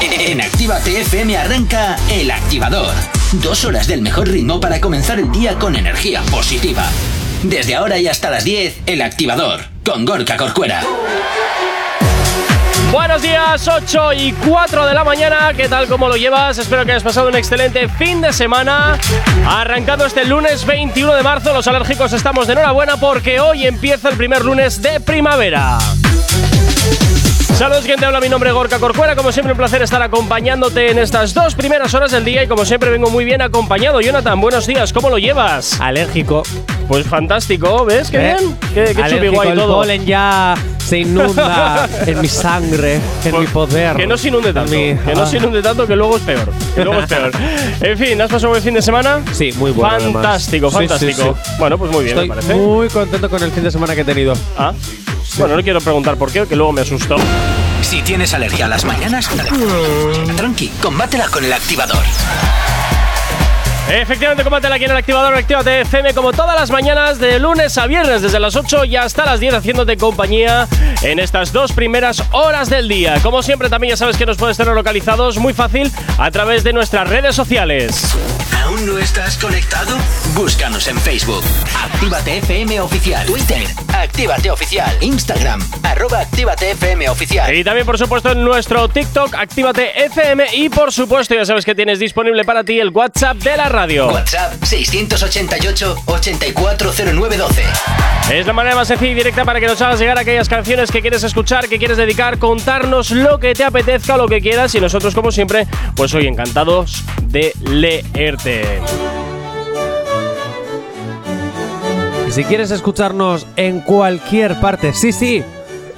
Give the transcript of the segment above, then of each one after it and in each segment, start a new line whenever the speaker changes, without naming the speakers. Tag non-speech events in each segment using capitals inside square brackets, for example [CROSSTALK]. En Activa TFM arranca El Activador. Dos horas del mejor ritmo para comenzar el día con energía positiva. Desde ahora y hasta las 10, El Activador, con Gorka Corcuera.
Buenos días, 8 y 4 de la mañana. ¿Qué tal? ¿Cómo lo llevas? Espero que hayas pasado un excelente fin de semana. Arrancando este lunes 21 de marzo, los alérgicos estamos de enhorabuena porque hoy empieza el primer lunes de primavera. Saludos, quien te habla, mi nombre es Gorka Corcuera. Como siempre, un placer estar acompañándote en estas dos primeras horas del día y como siempre vengo muy bien acompañado. Jonathan, buenos días, ¿cómo lo llevas?
Alérgico.
Pues fantástico, ¿ves? Qué
Ah. ¿Eh?
bien, qué, qué
Alérgico,
chupiguay
el
todo.
polen ya se
[LAUGHS]
inunda en mi sangre, en mi poder.
Pues Que no se inunde tanto.
En mi-
Que no se
Ah.
inunde tanto, que luego es peor. Que luego es
[LAUGHS]
peor. En fin, ¿has pasado un buen fin de semana?
Sí, muy bueno. además.
Fantástico,
Sí, sí,
fantástico.
sí.
Bueno, pues muy bien,
Estoy
me parece.
muy contento con el fin de semana que he tenido.
Ah. Bueno, no quiero preguntar por qué, que luego me asustó.
Si tienes alergia a las mañanas, tranqui, combátela con El Activador.
Efectivamente, combátela aquí en el activador Actívate FM como todas las mañanas de lunes a viernes desde las 8 y hasta las 10 haciéndote compañía en estas dos primeras horas del día. Como siempre, también ya sabes que nos puedes tener localizados muy fácil a través de nuestras redes sociales.
¿Aún no estás conectado? Búscanos en Facebook. Actívate FM Oficial. Twitter. Actívate Oficial. Instagram. Arroba Actívate FM Oficial.
Y también, por supuesto, en nuestro TikTok, Actívate FM. Y, por supuesto, ya sabes que tienes disponible para ti el WhatsApp de la radio.
WhatsApp 688-840912.
Es la manera más sencilla y directa para que nos hagas llegar aquellas canciones que quieres escuchar, que quieres dedicar, contarnos lo que te apetezca, lo que quieras. Y nosotros, como siempre, pues hoy encantados de leerte.
Si quieres escucharnos en cualquier parte, sí, sí,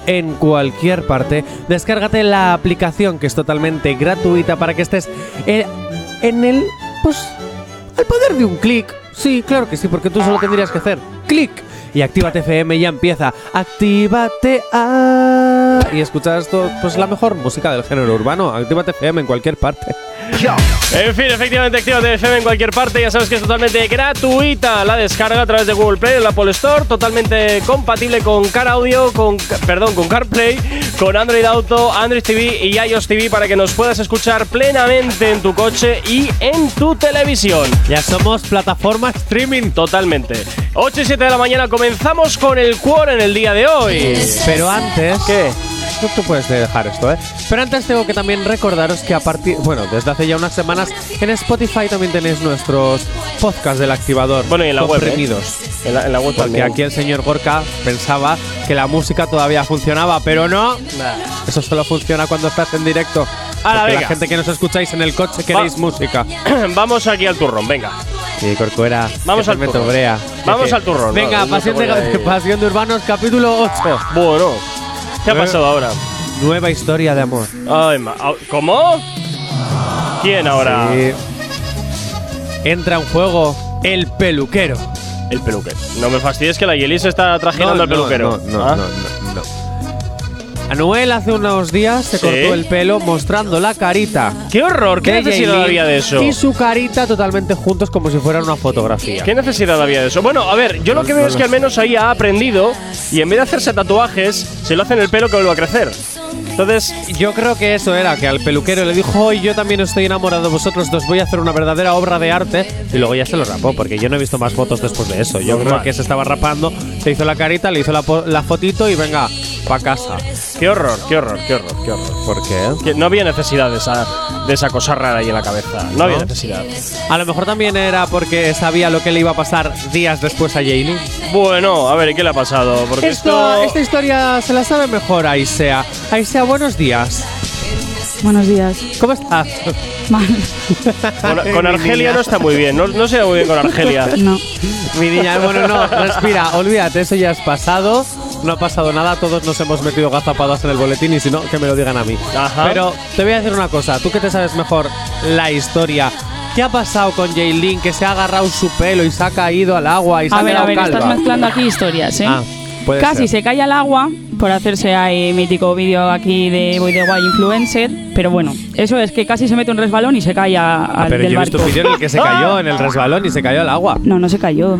en cualquier parte, descárgate la aplicación que es totalmente gratuita para que estés eh, en el, pues, al poder de un clic. Sí, claro que sí, porque tú solo tendrías que hacer clic y Actívate FM ya empieza. Actívate a... Y escuchas to- pues, la mejor música del género urbano. Actívate FM en cualquier parte.
En fin, efectivamente, actívate FM en cualquier parte. Ya sabes que es totalmente gratuita la descarga a través de Google Play, en la Apple Store, totalmente compatible con Car Audio, con, perdón, con CarPlay, con Android Auto, Android TV y iOS TV para que nos puedas escuchar plenamente en tu coche y en tu televisión.
Ya somos plataforma streaming.
Totalmente. 8 y 7 de la mañana comenzamos con el cuore en el día de hoy.
Eh, Pero antes...
¿Qué?
No te puedes dejar esto, ¿eh? Pero antes tengo que también recordaros que a partir, bueno, desde hace ya unas semanas en Spotify también tenéis nuestros podcasts del activador.
Bueno, y en la web, ¿eh?
comprimidos.
En la, en la web
Porque
también.
aquí el señor Gorka pensaba que la música todavía funcionaba, pero no. Eso solo funciona cuando estás en directo.
Ahora,
Porque
venga.
la gente que nos escucháis en el coche queréis
Va.
música.
[CLEARS THROAT] Vamos aquí al turrón, venga.
Sí, Corcuera.
Vamos
que
al
te meto
turrón.
brea.
Vamos
Jeje.
al turrón,
Venga,
vale, no
pasión,
te voy
de,
ahí.
pasión de Urbanos, capítulo 8.
Bueno,
Eh.
¿qué ha pasado ahora?
Nueva historia de amor.
Ay, ma- au- ¿Cómo? ¿Quién ahora?
Sí. Entra en juego el peluquero.
El peluquero. No me fastidies que la Yelis está trajinando al peluquero.
No, no,
¿Ah?
no, no, no. Anuel hace unos días se
Sí.
cortó el pelo mostrando la carita.
¡Qué horror! ¿Qué
de
necesidad
Yailin
había de eso?
Y su carita totalmente juntos como si fuera una fotografía.
¿Qué necesidad había de eso? Bueno, a ver, yo lo que veo es que al menos ahí ha aprendido y en vez de hacerse tatuajes, se lo hacen el pelo que vuelve a crecer. Entonces,
Yo creo que eso era, que al peluquero le dijo, hoy yo también estoy enamorado de vosotros, os voy a hacer una verdadera obra de arte. Y luego ya se lo rapó, porque yo no he visto más fotos después de eso. Yo
Normal.
creo que se estaba rapando, se hizo la carita, le hizo la, po- la fotito y venga, pa' casa.
qué horror, qué horror, qué horror, qué horror.
¿Por qué?
Que no había necesidad de esa, de esa cosa rara ahí en la cabeza. No, había
¿No?
necesidad.
A lo mejor también era porque sabía lo que le iba a pasar días después a Jaylin.
Bueno, a ver, ¿y qué le ha pasado? Porque esto.
esta historia se la sabe mejor a Isea. Aisea, buenos días.
Buenos días.
[LAUGHS]
¿Cómo estás?
Mal.
[LAUGHS]
con, con Argelia no está muy bien. No, no se lleva muy bien con Argelia.
No.
Mi niña, bueno,
[LAUGHS]
no, respira, olvídate, eso ya es pasado. No ha pasado nada, todos nos hemos metido gazapadas en el boletín y si no, que me lo digan a mí.
Ajá.
Pero te voy a decir una cosa, tú que te sabes mejor la historia. ¿Qué ha pasado con Jaylin que se ha agarrado su pelo y se ha caído al agua y se
A
ha
ver, a
quedado
ver, estás
calva?
mezclando aquí historias, ¿eh?
Ah, puede
Casi
ser.
se cae al agua por hacerse ahí mítico vídeo aquí de Voy de Guay Influencer, pero bueno, eso es que casi se mete un resbalón y se cae a-
Ah,
al
pero
del
yo he
barco.
visto un vídeo en el que se cayó en el resbalón y se cayó al agua.
No, no se cayó.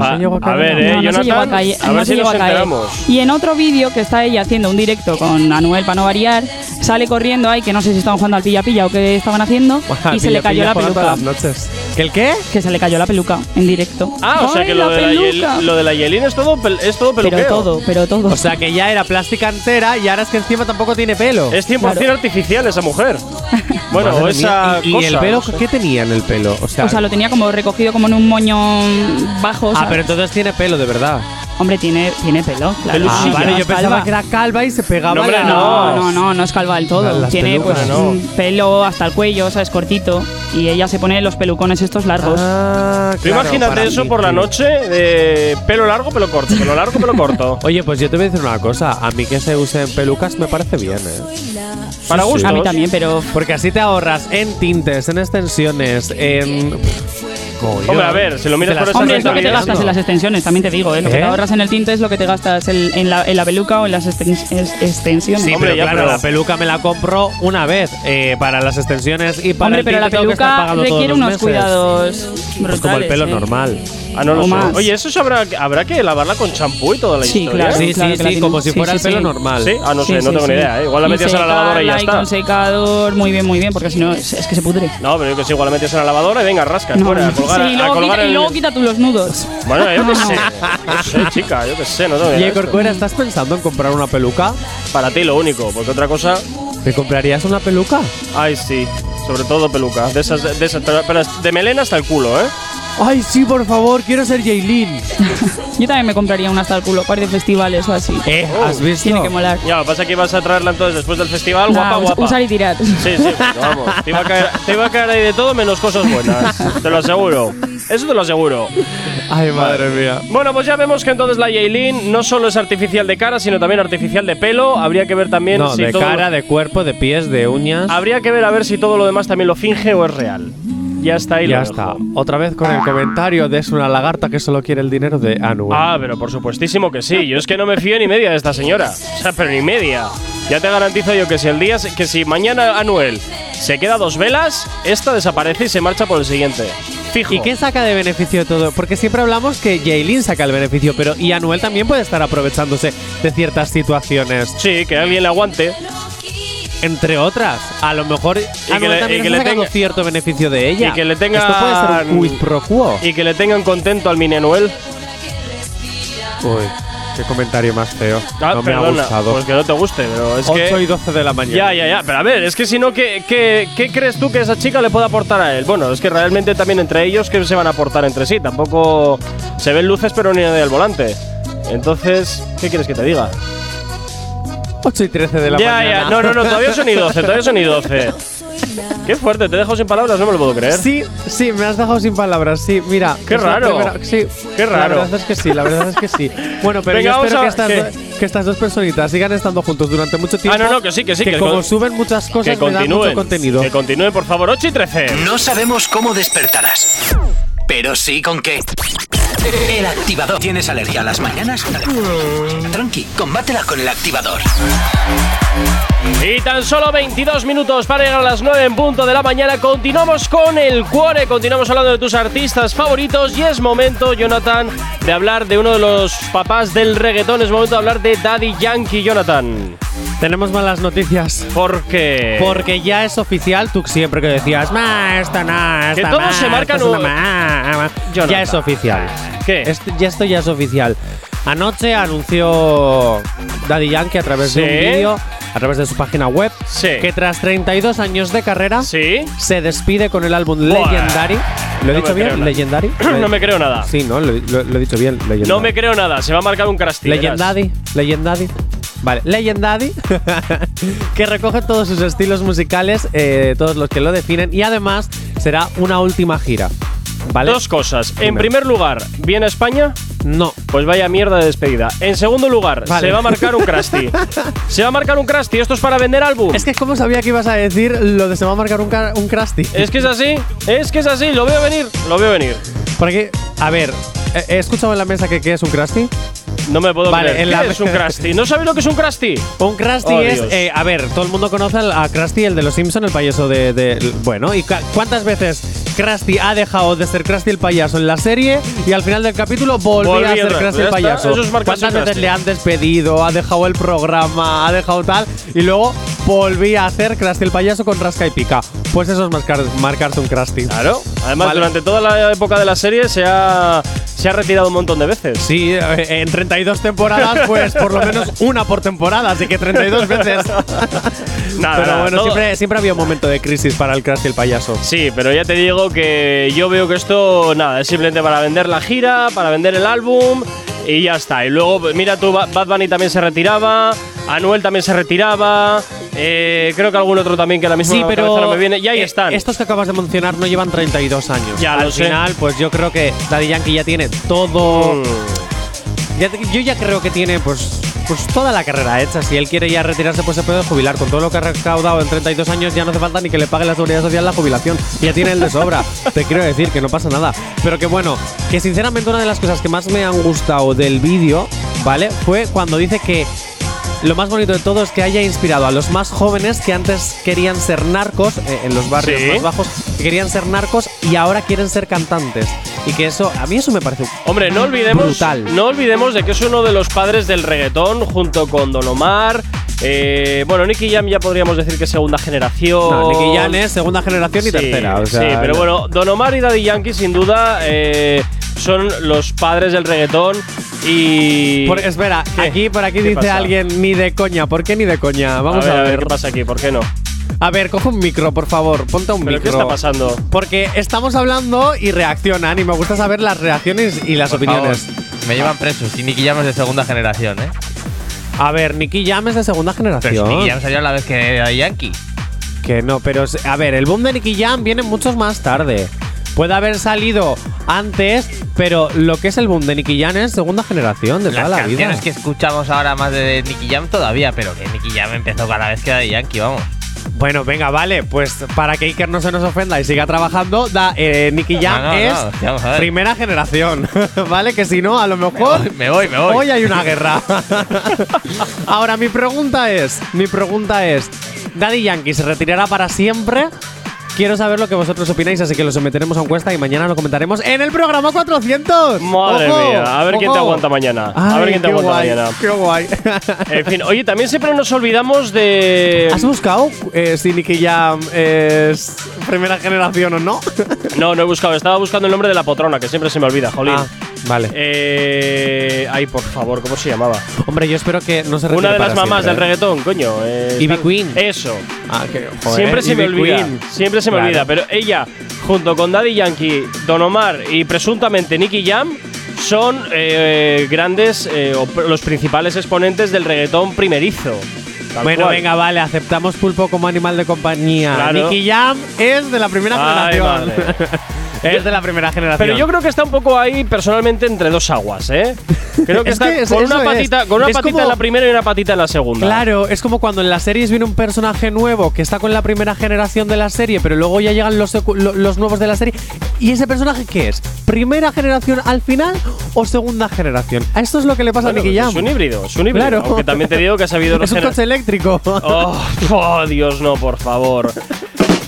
Va,
se llegó a
a
caer,
ver,
No,
eh,
no
Jonathan.
se llegó a, caer-
a ver
no se
si
llegó
nos
a caer.
enteramos.
Y en otro vídeo que está ella haciendo un directo con Anuel para no variar, sale corriendo ahí, que no sé si estaban jugando al pilla-pilla o qué estaban haciendo, y se le cayó la peluca.
¿Que el qué?
Que se le cayó la peluca en directo.
Ah, o sea
¡Ay,
que lo de, la
peluca!
hiel- lo de la hielina es todo, pel- es todo peluqueo.
Pero todo, pero todo.
O sea que ya era plástica entera y ahora es que encima tampoco tiene pelo.
Es 100%
Claro.
artificial esa
[LAUGHS]
mujer. Bueno,
Madre
o esa
mía, y, y
cosa,
el pelo?
no sé.
¿Qué tenía en el pelo? O sea,
O sea, lo tenía como recogido como en un moño bajo.
ah,
¿sabes?
pero entonces tiene pelo de verdad.
Hombre, tiene, tiene pelo. Claro.
Pelusilla.
Ah,
Sí,
vale,
No
yo
es
pensaba
calva.
que era calva y se pegaba.
No, hombre,
la-
No,
no. Ah,
no, no, no es calva del
Las-
todo.
las
tiene
pelucas,
pues
¿no?
un pelo hasta el cuello, ¿sabes? Cortito. Y ella se pone los pelucones estos largos.
Ah,
Tú
claro, para
imagínate eso
mí,
por la
sí.
noche de pelo largo, pelo corto, pelo largo, pelo corto.
Oye, pues yo te voy a decir una cosa. A mí que se usen pelucas me parece bien, ¿eh?
Para
Sí, sí.
gusto.
A mí también, pero
Porque así te ahorras en tintes, en extensiones, en.
Hombre, a ver, si lo miras
Te
por
las-
esa
Hombre, es lo que te
rentabilidad,
gastas en las extensiones, también te digo, ¿eh? Lo que
¿Eh?
te ahorras en el tinte es lo que te gastas el- en, la, en la peluca o en las esten- es- extensiones.
Sí,
Hombre,
pero
ya,
claro,
pero-
la peluca me la compro una vez eh, para las extensiones y para
Hombre,
el
pero la
tinte tengo que estar
peluca
pagando todos
requiere
los
unos
meses.
cuidados
Pues
brutales.
como el pelo
¿eh?
normal.
Ah, no lo
o
sé.
más.
Oye, eso se habrá, habrá que lavarla con champú y toda la
Sí,
historia. ¿eh?
claro.
Sí, sí,
que la
sí,
tiene.
como si
Sí,
fuera
sí,
el pelo
sí.
normal.
Sí, ah, no sé, no
sí,
tengo
sí.
ni idea. ¿eh? Igual la
Y
metías a la lavadora y ya
secarla
está.
con secador, muy bien, muy bien, porque si no, es, es que se pudre.
No, pero yo que sé, igual la metías a la lavadora y venga, rasca,
No,
fuera, a
no.
colgar,
Sí, y
a
luego,
colgar
quita, y
el-
luego quita tú los nudos. [LAUGHS]
Bueno, yo qué
No.
sé. No sé, chica, yo qué sé, no tengo ni idea
Oye,
de esto.
Corcuera, ¿estás pensando en comprar una peluca?
Para ti lo único, porque otra cosa,
¿Te comprarías una peluca?
ay sí, sobre todo peluca, de esas, de esas, pero, pero de melena hasta el culo, ¿eh?
Ay, sí, por favor, quiero ser Jaylin.
Yo también me compraría un hasta el culo, par de festivales o así.
Eh, ¿has
Oh.
visto?
Tiene que molar.
Ya, lo que pasa es que vas a traerla entonces después del festival,
Nada,
Ah, guapa,
us-
guapa.
Usar y tirar. [LAUGHS]
Sí, sí, pero vamos, te iba, a caer, te iba a caer ahí de todo menos cosas buenas, te lo aseguro, eso te lo aseguro.
Ay, madre mía.
Bueno, pues ya vemos que entonces la Yailin no solo es artificial de cara, sino también artificial de pelo, habría que ver también
No,
si
de
todo-
cara, de cuerpo, de pies, de uñas.
Habría que ver a ver si todo lo demás también lo finge o es real. Ya está ahí
ya
lo dejo.
está. Otra vez con el comentario de es una lagarta que solo quiere el dinero de Anu.
Ah, pero por supuestísimo que sí. Yo es que no me fío ni media de esta señora. O sea, pero ni media. Ya te garantizo yo que si el día, que si mañana Anuel se queda dos velas, esta desaparece y se marcha por el siguiente. Fijo.
¿Y qué saca de beneficio de todo? Porque siempre hablamos que Jaylin saca el beneficio, pero y Anuel también puede estar aprovechándose de ciertas situaciones.
Sí, que alguien le aguante.
Entre otras, a lo mejor Anuel
le-
también
y que le
está sacando
tenga-
cierto beneficio de ella.
y que le tengan-
Esto puede ser un quid pro quo.
Y que le tengan contento al mini Anuel.
Uy, qué comentario más feo.
Ah,
no me
perdona,
ha gustado.
Pues que no te guste, pero es
8 y
que.
12 de la mañana.
Ya, ya, ya. Pero a ver, es que si no, ¿qué, qué, qué crees tú que esa chica le pueda aportar a él? Bueno, es que realmente también entre ellos, ¿qué se van a aportar entre sí? Tampoco se ven luces, pero ni del volante. Entonces, ¿qué quieres que te diga?
8 y 13 de la
ya,
mañana.
ya, no, no, no, todavía son y
[LAUGHS]
12, todavía son y 12. Qué fuerte, te dejo sin palabras, no me lo puedo creer.
Sí, sí, me has dejado sin palabras. Sí, mira.
¿Eh? Qué
es la
raro.
primera- sí,
Qué raro.
La verdad es que sí, la verdad es que
[LAUGHS]
sí. Bueno, pero
Venga,
yo
vamos
espero
a-
que estas,
¿qué? Ah,
do- que estas dos personitas sigan estando juntos durante mucho tiempo.
no, no, que sí, que sí, que
como
con-
suben muchas cosas,
Que
me dan mucho
continúen.
contenido.
Que continúen, por favor, 8 y 13.
No sabemos cómo despertarás, pero sí con qué. El activador. ¿Tienes alergia a las mañanas? Tranqui, combátela con el activador.
Y tan solo 22 minutos para llegar a las 9 en punto de la mañana. Continuamos con el cuore, continuamos hablando de tus artistas favoritos. Y es momento, Jonathan, de hablar de uno de los papás del reggaetón. Es momento de hablar de Daddy Yankee, Jonathan.
Tenemos malas noticias.
¿Por qué?
Porque ya es oficial, tú siempre que decías, ma, esta no, esta
Que todos
ma,
se marcan
esta es
un-
una ma, ah, ma".
Jonathan.
Ya es oficial.
¿Qué?
Esto- ya esto ya es oficial. Anoche anunció Daddy Yankee a través de
Sí.
un vídeo, a través de su página web,
Sí.
que tras 32 años de carrera
¿Sí?
se despide con el álbum
Buah.
Legendary. ¿Lo he
No me
dicho
creo
bien?
nada.
¿Legendary?
[CLEARS THROAT] No me creo nada.
Sí, no, lo, lo- lo he dicho bien. Legendary.
No me creo nada, se va a marcar un crash.
Legendaddy, Legendaddy. Vale, Legendaddy, [LAUGHS] que recoge todos sus estilos musicales, eh, todos los que lo definen, y además será una última gira. ¿Vale?
Dos cosas. En
Dime.
primer lugar, ¿viene a España?
No.
Pues vaya mierda de despedida. En segundo lugar,
Vale.
se va a marcar un Krusty. se va a marcar un Krusty. Esto es para vender álbum.
Es que como sabía que ibas a decir lo de se va a marcar un, ca- un Krusty.
Es que es así, es que es así, lo veo venir, lo veo venir.
Porque, a ver, eh, he escuchado en la mesa que qué es un Krusty.
No me puedo
Vale,
creer.
en
¿Qué
la-
es
[LAUGHS]
un Krusty? ¿No sabéis lo que es un Krusty?
Un Krusty
Oh,
es,
Dios.
eh, a ver, todo el mundo conoce al- a Krusty, el de los Simpson, el payaso de, de- bueno, y ca- cuántas veces Krusty ha dejado de ser Krusty el payaso en la serie y al final del capítulo volvía
Volvía
a ser
otra vez.
Krusty
Ya
el
está,
payaso.
eso es marcarse
cuántas
Krusty.
veces le han despedido, ha dejado el programa, ha dejado tal y luego volví a hacer Krusty el payaso con rasca y pica. Pues eso es marcar, marcarte un Krusty.
Claro. Además,
Vale.
durante toda la época de la serie se ha, se ha retirado un montón de veces.
Sí, eh, en 32 temporadas, pues por lo menos una por temporada, así que 32 veces.
[LAUGHS] Nada,
Pero
nada,
bueno,
todo-
siempre, siempre había un momento de crisis para el Krusty el payaso.
Sí, pero ya te digo que yo veo que esto, nada, es simplemente para vender la gira, para vender el álbum y ya está. Y luego, pues, mira tú, Ba- Bad Bunny también se retiraba, Anuel también se retiraba, eh, creo que algún otro también que ahora mismo
Sí,
a la
pero.
cabeza no me viene. Y ahí
eh,
están.
Estos que acabas de mencionar no llevan 32 años.
Ya,
Al
lo sé. Mm.
final, pues yo creo que Daddy Yankee ya tiene todo. Ya te- yo ya creo que tiene, pues. Pues toda la carrera hecha. Si él quiere ya retirarse, pues se puede jubilar. Con todo lo que ha recaudado en 32 años, ya no hace falta ni que le pague la seguridad social la jubilación. Ya tiene el de sobra. Te quiero decir que no pasa nada. Pero que bueno, que sinceramente una de las cosas que más me han gustado del vídeo, ¿vale? Fue cuando dice que lo más bonito de todo es que haya inspirado a los más jóvenes que antes querían ser narcos, eh, en los barrios
Sí.
más bajos, que querían ser narcos y ahora quieren ser cantantes. Y que eso, a mí eso me parece.
Hombre, no olvidemos,
Brutal.
no olvidemos de que es uno de los padres del reggaetón junto con Don Omar. eh, bueno, Nicky Jam ya podríamos decir que es segunda generación.
No, Nicky Jam es segunda generación y
Sí,
tercera. o sea,
sí, pero bueno, Don Omar y Daddy Yankee sin duda eh, son los padres del reggaetón y...
Por- espera,
¿Qué?
aquí por aquí
¿Qué
dice
pasa?
alguien ni de coña. ¿Por qué ni de coña? Vamos
a ver,
a ver. A ver,
qué pasa aquí, ¿por qué no?
coge un micro, por favor. Ponte un
¿Pero
micro.
qué está pasando?
Porque estamos hablando y reaccionan y me gusta saber las reacciones y las
Por
opiniones.
favor, me llevan presos. Y Nicky Jam es de segunda generación, ¿eh?
A ver, Nicky Jam es de segunda
Pues
Pero si
generación.
Nicky Jam salió a la vez que Daddy Yankee.
Que no, pero s- a ver, el boom de Nicky Jam viene muchos más tarde. Puede haber salido antes, pero lo que es el boom de Nicky Jam es segunda generación de toda
Las
la vida.
canciones que escuchamos ahora más de Nicky Jam todavía, pero que Nicky Jam empezó cada vez que Daddy Yankee,
[LAUGHS]
vamos.
Bueno, venga, vale, pues para que Iker no se nos ofenda y siga trabajando, da, eh, Nicky Jam
No, no,
es
no, vamos a ver.
primera generación, [LAUGHS] ¿vale? Que si no, a lo mejor
Me voy, me voy.
Hoy hay
[LAUGHS]
una guerra. Ahora mi pregunta es, mi pregunta es, Daddy Yankee se retirará para siempre. Quiero saber lo que vosotros opináis, así que lo someteremos a encuesta y mañana lo comentaremos en el programa 400.
Madre
¡Ojo!
mía, a ver quién te
¡Ojo!
aguanta mañana. a
Ay,
ver quién te
qué
aguanta
guay,
mañana.
Qué guay.
En fin, oye, también siempre nos olvidamos de...
¿Has buscado eh, si Nicky Jam es primera generación o no?
No, no he buscado, estaba buscando el nombre de la potrona, que siempre se me olvida, [LAUGHS] jolín.
Ah, vale.
Eh, ay, por favor, ¿cómo se llamaba?
Hombre, yo espero que no se retire
Una de las
para
mamás del
siempre, ¿eh?
reggaetón, coño. eh,
Ivy
tal-
Queen.
Eso.
Ah, que- joder,
siempre se
Ivy
me olvida.
Queen.
Siempre se me
Claro.
olvida. Pero ella, junto con Daddy Yankee, Don Omar y presuntamente Nicky Jam, son eh, grandes eh, o pr- los principales exponentes del reggaetón primerizo. Tal
Bueno,
cual.
venga, vale, aceptamos pulpo como animal de compañía.
Claro.
Nicky Jam es de la primera
Ay,
generación.
madre.
[LAUGHS] es de la primera generación.
Pero yo creo que está un poco ahí personalmente entre dos aguas, ¿eh? Creo que
[LAUGHS] Es
está
que es-
con
eso
una
es.
patita, con una
Es
patita
como-
en la primera y una patita en la segunda.
Claro, es como cuando en las series viene un personaje nuevo que está con la primera generación de la serie, pero luego ya llegan los, secu- lo- los nuevos de la serie. ¿Y ese personaje qué es? ¿Primera generación al final o segunda generación? A esto es lo que le pasa
Bueno,
a Nicky Jam.
es un híbrido, es un híbrido.
Claro.
Aunque también te digo que ha sabido
Es un
regenerar-
coche eléctrico.
Oh, [LAUGHS] oh, Dios, no, por favor.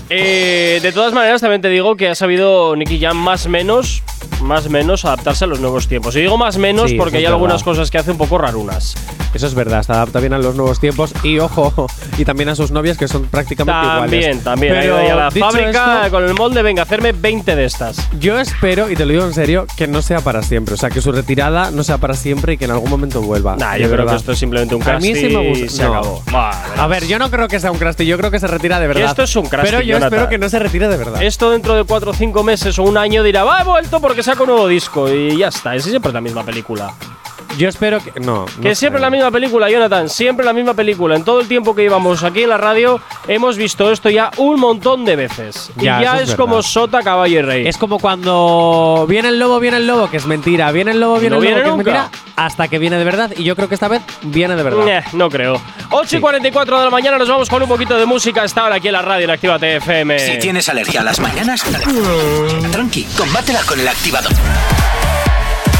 Eh, de todas maneras, también te digo que ha sabido Nicky Jam más menos, más menos adaptarse a los nuevos tiempos. Y digo más menos
Sí,
porque
eso
hay
es
algunas
verdad.
cosas que hace un poco rarunas.
[LAUGHS] Eso es verdad, se adapta bien a los nuevos tiempos y ojo, y también a sus novias que son prácticamente
También,
iguales.
también. Ha ido
Pero,
ahí a la
dicho
fábrica
esto,
con el molde, venga, hacerme 20 de estas.
yo espero, y te lo digo en serio, que no sea para siempre. O sea, que su retirada no sea para siempre y que en algún momento vuelva.
Nah,
Ah, de
yo creo
verdad.
que esto es simplemente un
A
crash
mí sí me gusta.
y se
no.
acabó. Vale.
A ver, yo no creo que sea un crusty, yo creo que se retira de verdad.
esto es un crusty,
Pero yo
Jonathan.
espero que no se retire de verdad.
Esto dentro de 4 o 5 meses o un año dirá, va, he vuelto porque saco un nuevo disco y ya está. Es siempre la misma película.
Yo espero que. No.
Que siempre la misma película, Jonathan, siempre la misma película. En todo el tiempo que íbamos aquí en la radio, hemos visto esto ya un montón de veces.
Ya,
y ya
eso
es,
es
como
verdad.
sota, caballo y rey.
Es como cuando viene el lobo, viene el lobo, que es mentira. Viene el lobo, viene
No
el lobo,
viene
que es
nunca.
mentira. Hasta que viene de verdad. Y yo creo que esta vez viene de verdad.
Eh, no creo. 8 y 44 de la mañana, nos vamos con un poquito de música. Está ahora aquí en la radio, en Activa TFM.
Si tienes alergia a las mañanas, tranqui, combátela con el activador.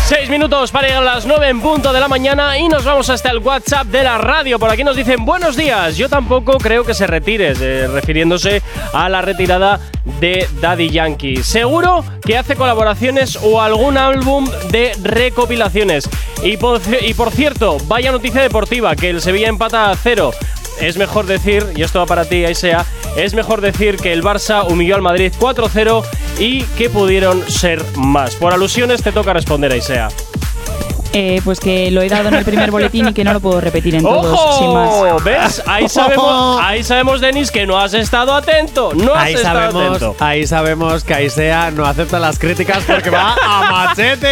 6 minutos para llegar a las 9 en punto de la mañana y nos vamos hasta el WhatsApp de la radio. Por aquí nos dicen buenos días. Yo tampoco creo que se retire, eh, refiriéndose a la retirada de Daddy Yankee. Seguro que hace colaboraciones o algún álbum de recopilaciones. Y por, y por cierto, vaya noticia deportiva, que el Sevilla empata a cero es mejor decir, y esto va para ti, Aisea, es mejor decir que el Barça humilló al Madrid 4-0 y que pudieron ser más. Por alusiones te toca responder, Aisea.
Eh, pues que lo he dado en el primer boletín y que no lo puedo repetir en todos, sin
¡Ojo!
más.
¿Ves? Ahí sabemos, ahí sabemos, Denis, que no has estado atento. No has
Ahí
estado
sabemos,
pues atento.
ahí sabemos que Aisea no acepta las críticas porque va
[LAUGHS]
a machete.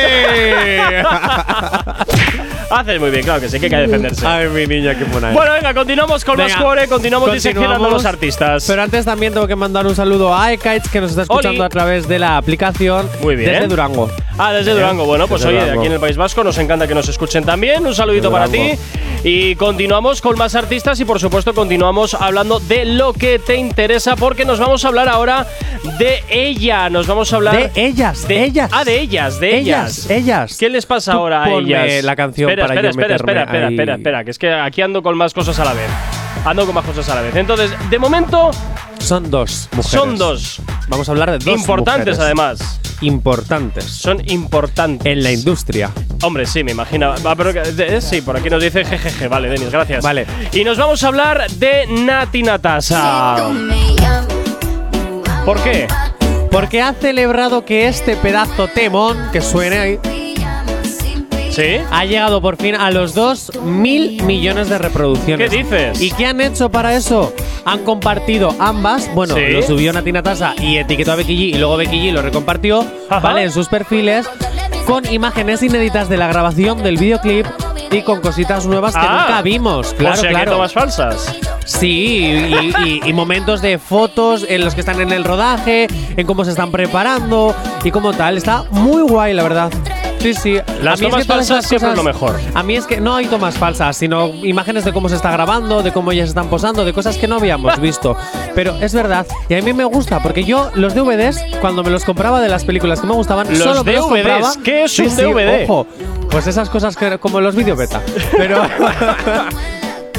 Haces muy bien, claro que sí, que hay que defenderse.
Ay, mi niña, qué buena.
Bueno, venga, continuamos con
Venga,
más core, continuamos diseccionando a los artistas.
Pero antes también tengo que mandar un saludo a Ekaitz que nos está escuchando
Oli.
a través de la aplicación
Muy bien.
desde Durango.
Ah, desde Durango. Bueno, pues
Desde
oye,
Durango.
aquí en el País Vasco nos encanta que nos escuchen también. Un saludito
Desde
para ti.
Durango.
Y continuamos con más artistas y por supuesto continuamos hablando de lo que te interesa porque nos vamos a hablar ahora de ella. Nos vamos a hablar
De ellas, de ellas.
Ah, de ellas, de ellas.
Ellas, ellas.
¿Qué les pasa
Tú
ahora a
ponme
ellas?
la canción
espera,
para
espera,
yo
espera, espera,
meterme
espera,
ahí.
espera, espera, que es que aquí ando con más cosas a la vez. Ando con más cosas a la vez. Entonces, de momento
Son dos mujeres.
son dos
Vamos a hablar de dos
importantes
mujeres.
además.
Importantes
Son importantes
en la industria.
Hombre, sí, me imagino. Ah, pero que- de- eh, sí, por aquí nos dice jejeje. Vale, Denis, gracias.
Vale.
Y nos vamos a hablar de Nati Natasa.
¿Por qué? Porque ha celebrado que este pedazo temón que suene ahí
¿Sí?
ha llegado por fin a los 2 mil millones de reproducciones.
¿Qué dices?
¿Y qué han hecho para eso? Han compartido ambas, bueno,
¿Sí?
lo subió Natina Tasa y etiquetó a Becky G y luego Becky G lo recompartió,
Ajá.
¿vale? En sus perfiles, con imágenes inéditas de la grabación del videoclip y con cositas nuevas que
Ah.
nunca vimos, claro,
o sea,
claro.
que tomas falsas.
Sí, y, y- y momentos de fotos en los que están en el rodaje, en cómo se están preparando y cómo tal. Está muy guay, la verdad. Sí, sí.
Las
A mí es que
tomas
todas esas
falsas siempre es
cosas-
lo mejor.
A mí es que no hay tomas falsas, sino imágenes de cómo se está grabando, de cómo ellas están posando, de cosas que no habíamos visto. Pero es verdad, y a mí me gusta, porque yo los DVDs, cuando me los compraba de las películas que me gustaban,
Los
solo me los
DVDs,
compraba.
¿qué es
Sí,
un
sí,
DVD?
ojo, pues esas cosas que, como los video beta.
[LAUGHS]
Pero.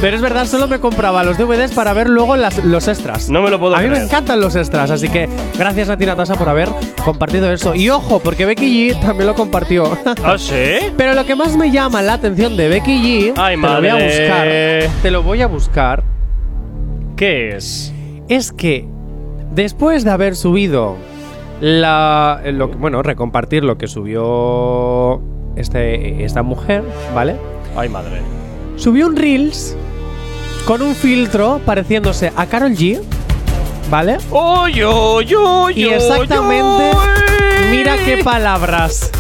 Pero es verdad, solo me compraba los DVDs para ver luego las- los extras.
No me lo puedo
A mí
creer.
me encantan los extras, así que gracias a Tina Tasa por haber compartido eso. Y ojo, porque Becky G también lo compartió. [LAUGHS]
¿Ah, sí?
Pero lo que más me llama la atención de Becky G,
Ay,
te lo voy a
madre.
buscar. Te lo voy a buscar.
¿Qué es?
Es que después de haber subido la. lo que- bueno, recompartir lo que subió este, esta mujer, ¿vale?
Ay, madre.
Subió un Reels con un filtro pareciéndose a Carol G, ¿vale?
¡Oy, oy, oy,
Y
oy,
exactamente,
oy!
mira qué palabras,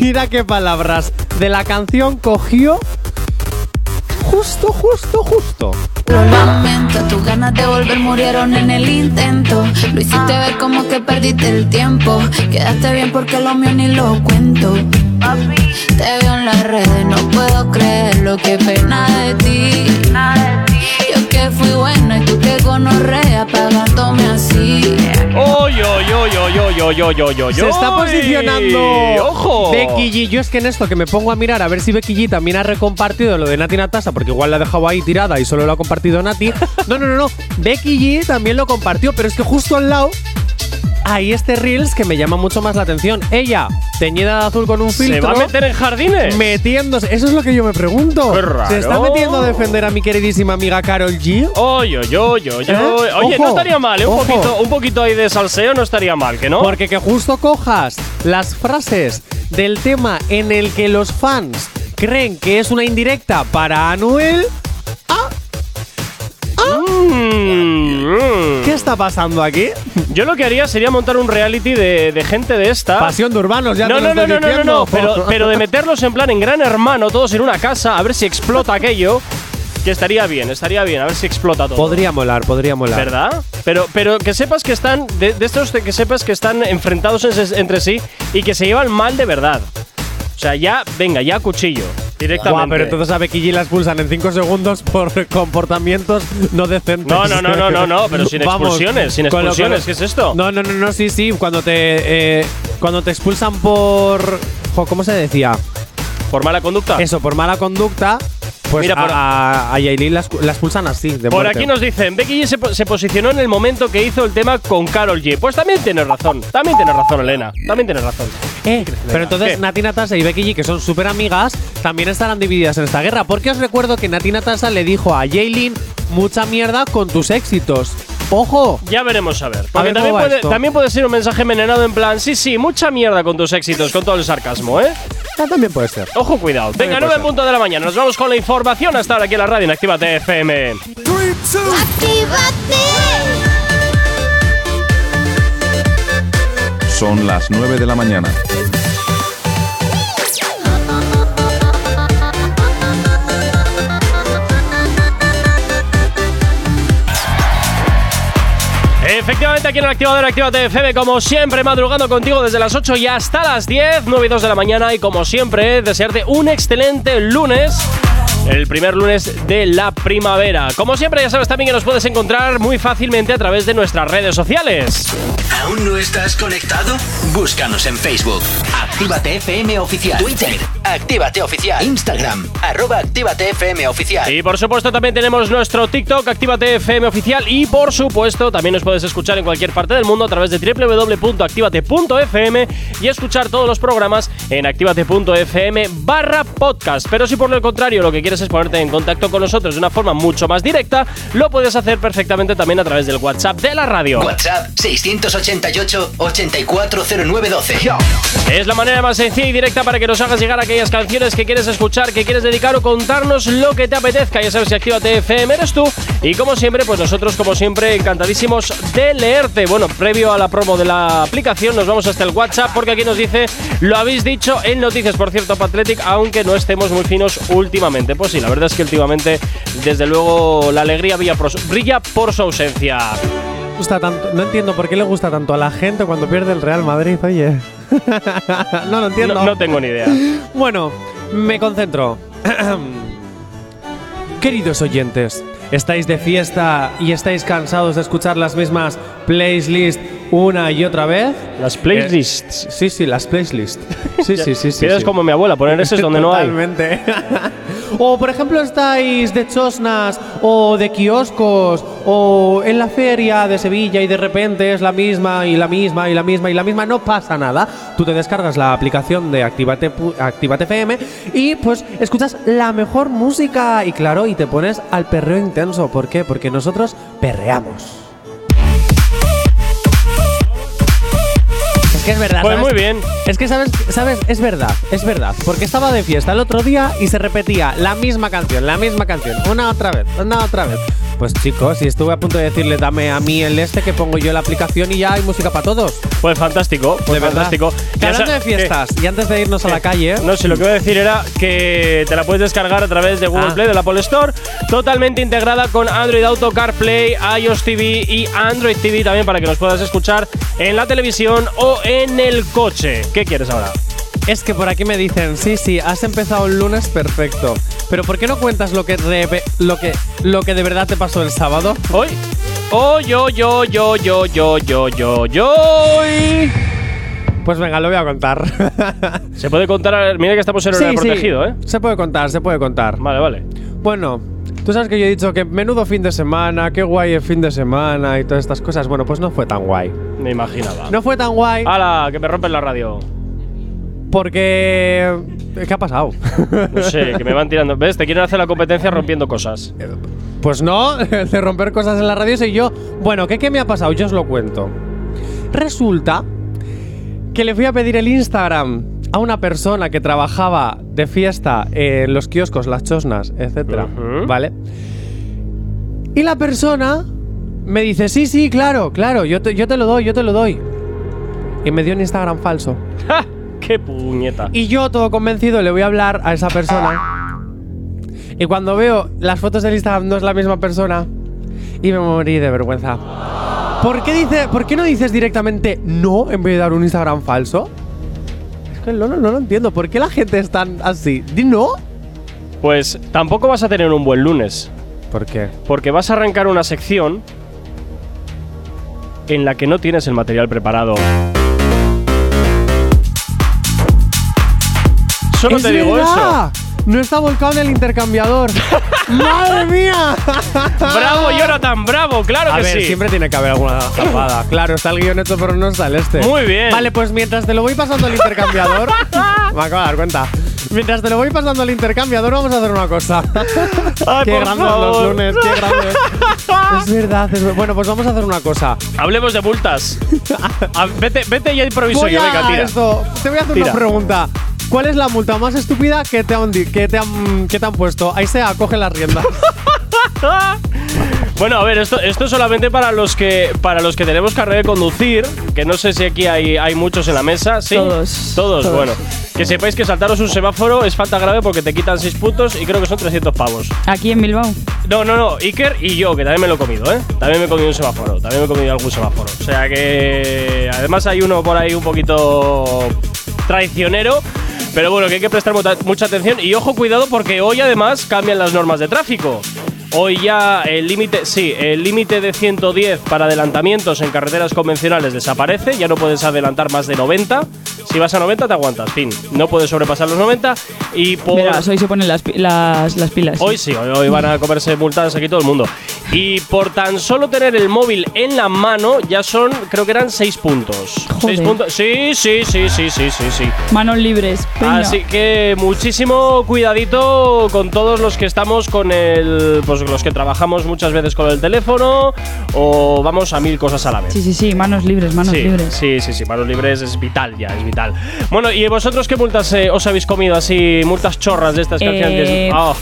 mira qué palabras de la canción cogió justo, justo, justo.
Lamento, tus ganas de volver murieron en el intento. Lo hiciste ver como que perdiste el tiempo. Quedaste bien porque lo mío ni lo cuento. Te veo en las redes, no puedo creer lo que pena de ti. Yo que fui buena y tú que gonorrea pagándome así.
¡Oy, oy, oy, oy, oy, oy, oy, oy, oy!
Se está posicionando
¡Ojo!
Becky G. Yo es que en esto que me pongo a mirar a ver si Becky G también ha recompartido lo de Nati Natasa, porque igual la ha dejado ahí tirada y solo lo ha
[LAUGHS]
compartido Nati. No, no, no, no. Becky G también lo compartió, pero es que justo al lado hay este Reels que me llama mucho más la atención. Ella, teñida de azul con un filtro.
¿Se va a meter en jardines?
Metiéndose, eso es lo que yo me pregunto.
Qué raro.
¿Se está metiendo a defender a mi queridísima amiga Carol G?
¡Oy, oy, oy, oy,
¿Eh?
oy! Oye, no
Ojo,
estaría mal, ¿eh? Un
ojo.
poquito, un poquito ahí de salseo no estaría mal, ¿que no?
Porque que justo cojas las frases del tema en el que los fans creen que es una indirecta para Anuel.
Mm, mm.
¿Qué
Hmm.
está pasando aquí?
Yo lo que haría sería montar un reality de, de gente de esta.
Pasión de urbanos, ya
Ah. no,
te lo
no, no,
estoy
no, no, no,
diciendo.
no, pero, pero de meterlos en plan en gran hermano, todos en una casa, a ver si explota aquello. Que estaría bien, estaría bien, a ver si explota todo.
Podría molar, podría molar.
¿Verdad? Pero, pero que sepas que están, de, de estos de que sepas que están enfrentados en- entre sí y que se llevan mal de verdad. O sea, ya, venga, ya cuchillo, directamente.
Guau, pero entonces a Becky G la expulsan en 5 segundos por comportamientos no decentes.
No, no, no, no, no, no, pero sin
Vamos,
expulsiones, sin
con lo- con lo-
expulsiones, ¿qué es esto?
No, no, no, no, sí, sí. Cuando te, eh, cuando te expulsan por. jo, ¿Cómo se decía?
Por mala [LAUGHS] conducta.
Eso, por mala conducta. Pues
Mira,
Mira,
por-
a, a Yailin la, expu- la expulsan así. De
Por
muerte.
aquí nos dicen, Becky G se, po- se posicionó en el momento que hizo el tema con Carol G. Pues también tienes razón, también tienes razón, Elena, también tienes razón.
Eh, pero entonces
¿Qué?
Nati Natasa y Becky G, que son súper amigas, también estarán divididas en esta guerra. Porque os recuerdo que Nati Natasa le dijo a Jaylin mucha mierda con tus éxitos. ¡Ojo!
Ya veremos a ver. Porque
A ver cómo
también,
va
puede,
esto.
también puede ser un mensaje envenenado en plan, sí, sí, mucha mierda con tus éxitos, con todo el sarcasmo, ¿eh?
Ah, también puede ser.
Ojo, cuidado. Venga, 9 en punto de la mañana. Nos vamos con la información hasta ahora aquí en la radio en Actívate FM.
Son las 9 de la mañana.
Efectivamente, aquí en el activador Actívate FM, como siempre, madrugando contigo desde las 8 y hasta las 10, 9 y 2 de la mañana. Y como siempre, desearte un excelente lunes. El primer lunes de la primavera. Como siempre, ya sabes también que nos puedes encontrar muy fácilmente a través de nuestras redes sociales.
¿Aún no estás conectado? Búscanos en Facebook. Actívate FM Oficial. Twitter. Actívate Oficial. Instagram. Arroba Actívate FM Oficial.
Y por supuesto también tenemos nuestro TikTok, Actívate FM oficial y por supuesto también nos puedes escuchar en cualquier parte del mundo a través de www.activate.fm y escuchar todos los programas en activate.fm barra podcast. Pero si por lo contrario lo que quieres es ponerte en contacto con nosotros de una forma mucho más directa, lo puedes hacer perfectamente también a través del WhatsApp de la radio.
WhatsApp 688 840912.
Es la manera más sencilla y directa para que nos hagas llegar aquellas canciones que quieres escuchar, que quieres dedicar o contarnos lo que te apetezca. Ya sabes, si Actívate FM eres tú. Y como siempre, pues nosotros, como siempre, encantadísimos de leerte. Bueno, previo a la promo de la aplicación, nos vamos hasta el WhatsApp porque aquí nos dice, lo habéis dicho en noticias, por cierto, Patletic, aunque no estemos muy finos últimamente. Pues sí, la verdad es que últimamente, desde luego, la alegría brilla por su- brilla por su ausencia.
Gusta tanto, no entiendo por qué le gusta tanto a la gente cuando pierde el Real Madrid, oye. [LAUGHS] no lo entiendo.
No, no tengo ni idea.
Bueno, me concentro. [CLEARS THROAT] Queridos oyentes, ¿estáis de fiesta y estáis cansados de escuchar las mismas playlists una y otra vez?
Las playlists.
Sí, sí, las playlists. Eh, Sí, sí, sí, sí.
Eres
sí.
como mi abuela, poner ese es donde no hay.
Totalmente. [LAUGHS] o por ejemplo estáis de chosnas o de kioscos o en la feria de Sevilla y de repente es la misma y la misma y la misma y la misma, no pasa nada. Tú te descargas la aplicación de Actívate, pu- Actívate FM y pues escuchas la mejor música y claro, y te pones al perreo intenso. ¿Por qué? Porque nosotros perreamos. Es que es verdad.
Pues
¿sabes?
muy bien.
Es que sabes, sabes, es verdad, es verdad. Porque estaba de fiesta el otro día y se repetía la misma canción, la misma canción, una otra vez, una otra vez. Pues chicos, y estuve a punto de decirle, dame a mí el este que pongo yo la aplicación y ya hay música para todos.
Pues fantástico, pues
verdad.
fantástico.
Que
Ya
hablando
sa-
de fiestas, ¿eh? y antes de irnos a la calle,
que- no, si lo que iba a decir era que te la puedes descargar a través de Google
Ah.
Play, de la Apple Store, totalmente integrada con Android Auto, CarPlay, iOS TV y Android TV también para que nos puedas escuchar en la televisión o en el coche. ¿Qué quieres ahora?
es que por aquí me dicen, sí, sí, has empezado el lunes perfecto. Pero ¿por qué no cuentas lo que, reve- lo que, lo que de verdad te pasó el sábado?
¿Hoy? Oh, yo, yo, yo, yo, yo, yo, yo, yo. y-
Pues venga, lo voy a contar.
Se puede contar, a ver, mira que estamos en
Sí,
horario
sí.
protegido, ¿eh?
Se puede contar, se puede contar.
Vale, vale.
Bueno, tú sabes que yo he dicho que menudo fin de semana, qué guay el fin de semana y todas estas cosas. Bueno, pues no fue tan guay.
Me imaginaba.
No fue tan guay
¡Hala! Que me rompen la radio.
porque... ¿Qué ha pasado?
No sé, que me van tirando. ¿Ves? Te quieren hacer la competencia rompiendo cosas.
Pues no, [LAUGHS] de romper cosas en la radio soy yo. Bueno, ¿qué, ¿qué me ha pasado? Yo os lo cuento. Resulta que le fui a pedir el Instagram a una persona que trabajaba de fiesta en los kioscos, las chosnas, etcétera,
Ujú.
¿Vale? Y la persona me dice, sí, sí, claro, claro, yo te, yo te lo doy, yo te lo doy. Y me dio un Instagram falso.
¡Ja! ¡Qué puñeta!
Y yo, todo convencido, le voy a hablar a esa persona. Y cuando veo las fotos del Instagram, no es la misma persona. Y me morí de vergüenza. ¿Por qué, dice, ¿Por qué no dices directamente no en vez de dar un Instagram falso? Es que no, no, no lo entiendo. ¿Por qué la gente es tan así? ¿Di no?
Pues tampoco vas a tener un buen lunes,
¿Por qué?
porque vas a arrancar una sección en la que no tienes el material preparado. Solo
¡Es
te digo
verdad! Ah. No está volcado en el
[LAUGHS]
intercambiador. ¡Madre mía!
eso. ¡Bravo, Jonathan! ¡Bravo! ¡Claro
A
que
ver,
sí!
siempre tiene que haber
[LAUGHS]
alguna zapada. Claro, está el guion hecho, pero no está el este.
Muy bien. [LAUGHS]
Vale, pues mientras te lo voy pasando al intercambiador, me acabo de dar cuenta. Mientras te lo voy pasando al intercambiador, vamos a hacer una cosa.
Ay,
[LAUGHS] qué
por
grandes los
favor.
lunes, qué grandes.
[LAUGHS]
es verdad, es ver- Bueno, pues vamos a hacer una cosa.
Hablemos de
[LAUGHS]
multas. A- vete, vete y ya improviso
Voy
yo,
a
venga, tira.
esto. Te voy a hacer
Tira.
una pregunta. ¿Cuál es la multa más estúpida que te han, di- que te han, que te han puesto? Ahí se acoge las riendas.
Bueno, a ver, esto, esto es solamente para los que para los que tenemos carrera de conducir, que no sé si aquí hay, hay muchos en la mesa, ¿sí?
Todos,
Todos,
todos.
bueno. Que sepáis que saltaros un semáforo es falta grave porque te quitan 6 puntos y creo que son 300 pavos.
Aquí en Bilbao.
No, no, no, Iker y yo, que también me lo he comido, ¿eh? También me he comido un semáforo, también me he comido algún semáforo. O sea que. Además hay uno por ahí un poquito traicionero. Pero bueno, que hay que prestar mucha- mucha atención y ojo, cuidado porque hoy además cambian las normas de tráfico. Hoy ya el límite, sí, el límite de 110 para adelantamientos en carreteras convencionales desaparece, ya no puedes adelantar más de 90. Si vas a 90 te aguantas, fin. No puedes sobrepasar los 90 y por
Mira, hoy se ponen las, pi- las, las pilas.
Hoy sí, hoy, hoy van a comerse multas aquí todo el mundo. Y por tan solo tener el móvil en la mano, ya son, creo que eran seis puntos.
Joder.
Seis puntos. Sí, sí, sí, sí, sí, sí, sí.
Manos libres. venga.
Así que muchísimo cuidadito con todos los que estamos con el. Pues los que trabajamos muchas veces con el teléfono o vamos a mil cosas a la vez.
Sí, sí, sí, manos libres, manos
sí,
libres.
sí, sí, sí, manos libres es vital ya, es vital. Bueno, ¿y vosotros qué multas eh, os habéis comido así? Multas chorras de estas canciones.
Eh,
Oh.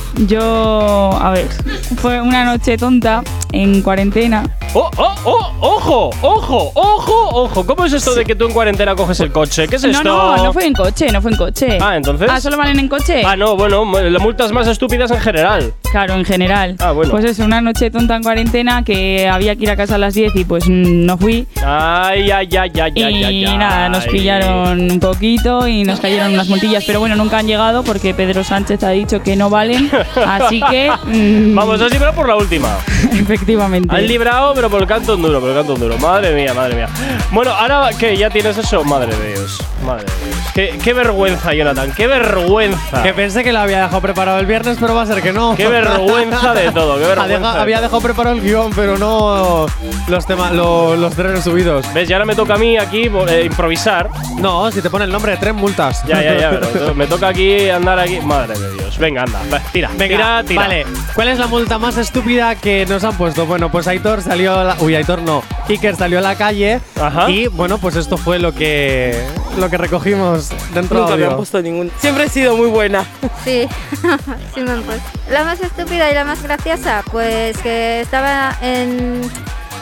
Yo, a ver, fue una noche tonta en cuarentena.
¡Oh, oh, oh! ¡Ojo! ¡Ojo! ¡Ojo! ¡Ojo! ¿Cómo es esto de que tú en cuarentena coges el coche? ¿Qué es esto?
No, no, no fue este. en coche, no fue en coche.
Ah, ¿entonces?
Ah, solo valen en coche.
Ah, no, bueno, mu- las multas más estúpidas en general.
Claro, en general.
Ah, bueno.
Pues eso, una noche tonta en cuarentena que había que ir a casa a las 10 y pues mm, no fui.
Ay, ay, ay, ay, ay,
y
ay, ay.
nada, nos pillaron un poquito y nos cayeron unas multillas. Pero bueno, nunca han llegado porque Pedro Sánchez ha dicho que no valen. Así
[LAUGHS]
que. mm,
Vamos, has librado por la última.
[LAUGHS] Efectivamente.
Has librado, pero por el canto duro, por el canto duro. Madre mía, madre mía. Bueno, ahora que ya tienes eso, madre de Dios. Madre de Dios. Qué, qué vergüenza, Jonathan, qué vergüenza.
que pensé que lo había dejado preparado el viernes, pero va a ser que no.
Qué vergüenza de todo, qué
Ha
vergüenza
deja-
de
había
todo.
dejado preparado el guión, pero no los, temas, lo- los trenes subidos.
¿Ves? Y ahora me toca a mí aquí eh, improvisar.
No, si te pone el nombre de tren, multas.
Ya, ya, ya, pero me toca aquí andar aquí. Madre de Dios. Venga, anda. va, Tira,
[LAUGHS] Venga,
tira, tira.
Vale, ¿cuál es la multa más estúpida que nos han puesto? Bueno, pues Aitor salió a la, Uy, Aitor no. Iker salió a la calle.
Ajá.
Y bueno, pues esto fue lo que, lo que recogimos dentro
Nunca me
audio.
han puesto ningún. Siempre he sido muy buena.
Sí, [LAUGHS] sí me han puesto. La más estúpida y la más graciosa, pues que estaba en.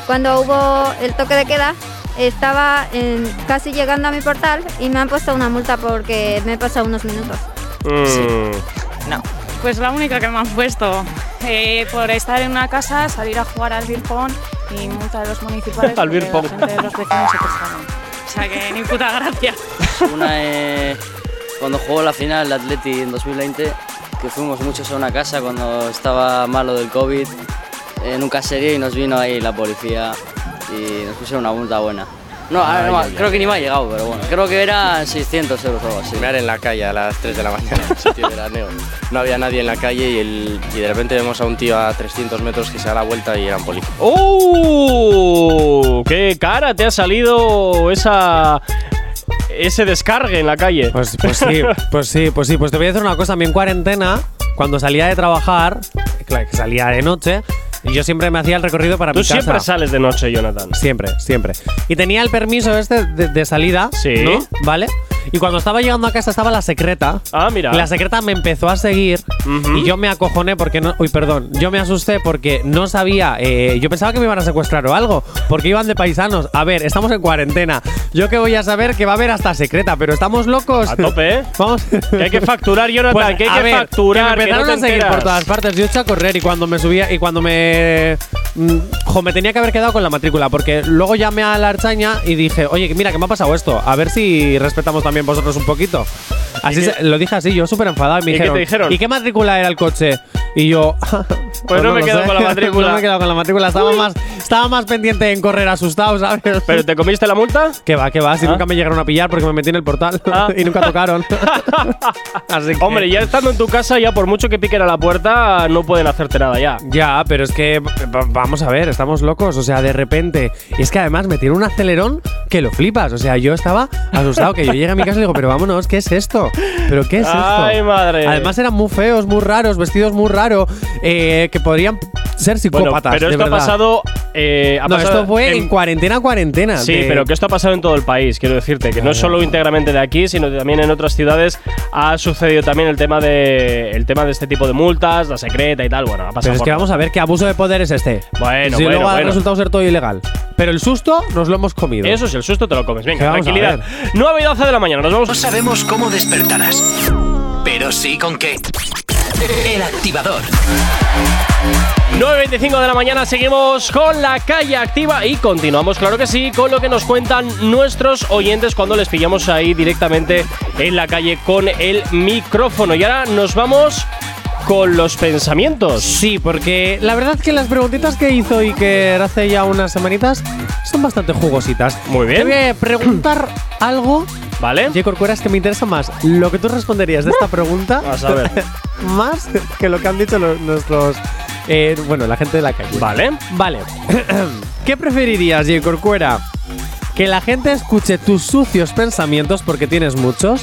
Cuando hubo el toque de queda, estaba en- casi llegando a mi portal y me han puesto una multa porque me he pasado unos minutos.
Mm,
Pues la única que me han puesto. eh, por estar en una casa, salir a jugar al beer pong y multa de los municipales.
[LAUGHS] Al
porque
beer pong.
La gente de los vecinos se quejaron. O sea que ni puta gracia.
Una eh, cuando jugó la final el Atleti en 2020, que fuimos muchos a una casa cuando estaba malo del COVID, en un caserío y nos vino ahí la policía y nos pusieron una multa buena. No, ahora no, creo que ni me ha llegado, pero bueno, creo que eran 600 euros o algo así.
en la calle a las 3 de la mañana, en sitio de veraneo. No había nadie en la calle y, el- y de repente vemos a un tío a 300 metros que se da la vuelta y eran policías.
¡Oh! ¡Qué cara te ha salido esa. ese descargue en la calle!
Pues,
[LAUGHS]
pues sí, pues sí, pues sí. Pues te voy a decir una cosa. A mí en cuarentena, cuando salía de trabajar, claro, que salía de noche, yo siempre me hacía el recorrido para
Tú
mi casa.
siempre sales de noche, Jonathan.
Siempre, siempre. Y tenía el permiso este de, de salida,
Sí.
¿no? ¿Vale? Y cuando estaba llegando a casa estaba la secreta.
Ah, mira.
Y La secreta me empezó a seguir
Ujú.
y yo me acojoné porque no. Uy, perdón. Yo me asusté porque no sabía. eh, yo pensaba que me iban a secuestrar o algo. Porque iban de paisanos. A ver, estamos en cuarentena. Yo que voy a saber que va a haber hasta secreta, pero estamos locos.
A tope, ¿eh?
Vamos.
[LAUGHS] Que hay que facturar, Jonathan,
Pues,
que hay
a
que
ver,
facturar.
que me
que no
empezaron
te
a seguir
enteras.
por todas partes. Yo eché a correr y cuando me subía y cuando me. mm, jo, me tenía que haber quedado con la matrícula porque luego llamé a la archaña y dije, oye, que mira, que me ha pasado esto. A ver si respetamos también vosotros un poquito. Así
qué-
se- lo dije así, yo súper enfadado. Y, me
¿Y qué
dijeron,
te dijeron?
¿Y qué matrícula era el coche? Y yo. [LAUGHS] pues,
no me
lo
quedo
sé. [LAUGHS]
con la matrícula.
no me he quedado con la matrícula. Estaba más, estaba más pendiente en correr asustado, ¿sabes?
¿Pero te comiste la multa?
Que va, que va, si
¿Ah?
nunca me llegaron a pillar porque me metí en el portal
Ah.
[LAUGHS] y nunca
[LAUGHS]
tocaron. Así que-
Hombre, ya estando en tu casa, ya por mucho que piquen a la puerta, no pueden hacerte nada ya.
Ya, pero es que v- v- vamos a ver, estamos locos, o sea, de repente. Y es que además me tiró un acelerón que lo flipas. O sea, yo estaba asustado, que yo llegué a mi casa y digo, pero vámonos, ¿qué es esto? ¿Pero qué es esto?
Ay, madre.
Además eran muy feos, muy raros, vestidos muy raros, que podrían ser
Bueno,
psicópatas,
pero
de
esto ha
verdad.
pasado. eh, ha
no,
pasado
esto fue en, cuarentena, cuarentena.
Sí,
de-
pero que esto ha pasado en todo el país, quiero decirte, que no es solo íntegramente de aquí, sino también en otras ciudades ha sucedido también el tema de el tema de este tipo de multas, la secreta y tal. Bueno, ha pasado
Pero es
por
que vamos a ver qué abuso de poder es este.
Bueno,
si
bueno,
luego ha
bueno.
resultado ser todo ilegal. Pero el susto nos lo hemos comido.
Eso es el susto, te lo comes.
Que
Venga,
vamos a
tranquilidad. 9 y 12 de la mañana, nos vamos.
No sabemos cómo despertarás, pero sí con qué. El activador.
9.25 de la mañana seguimos con la calle activa y continuamos, claro que sí, con lo que nos cuentan nuestros oyentes cuando les pillamos ahí directamente en la calle con el micrófono. Y ahora nos vamos con los pensamientos.
Sí, porque la verdad que las preguntitas que hizo Iker hace ya unas semanitas son bastante jugositas.
Muy bien. ¿Eh?
Te voy a preguntar algo.
Vale.
J. Corcuera, es que me interesa más lo que tú responderías de esta pregunta.
A saber.
[LAUGHS] más que lo que han dicho los- nuestros. eh, bueno, la gente de la calle.
Vale.
Vale. [CLEARS THROAT] ¿Qué preferirías, J. Corcuera? ¿Que la gente escuche tus sucios pensamientos porque tienes muchos?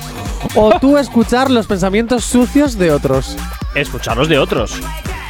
[LAUGHS]
¿O tú escuchar los pensamientos sucios de otros?
Escucharos de otros.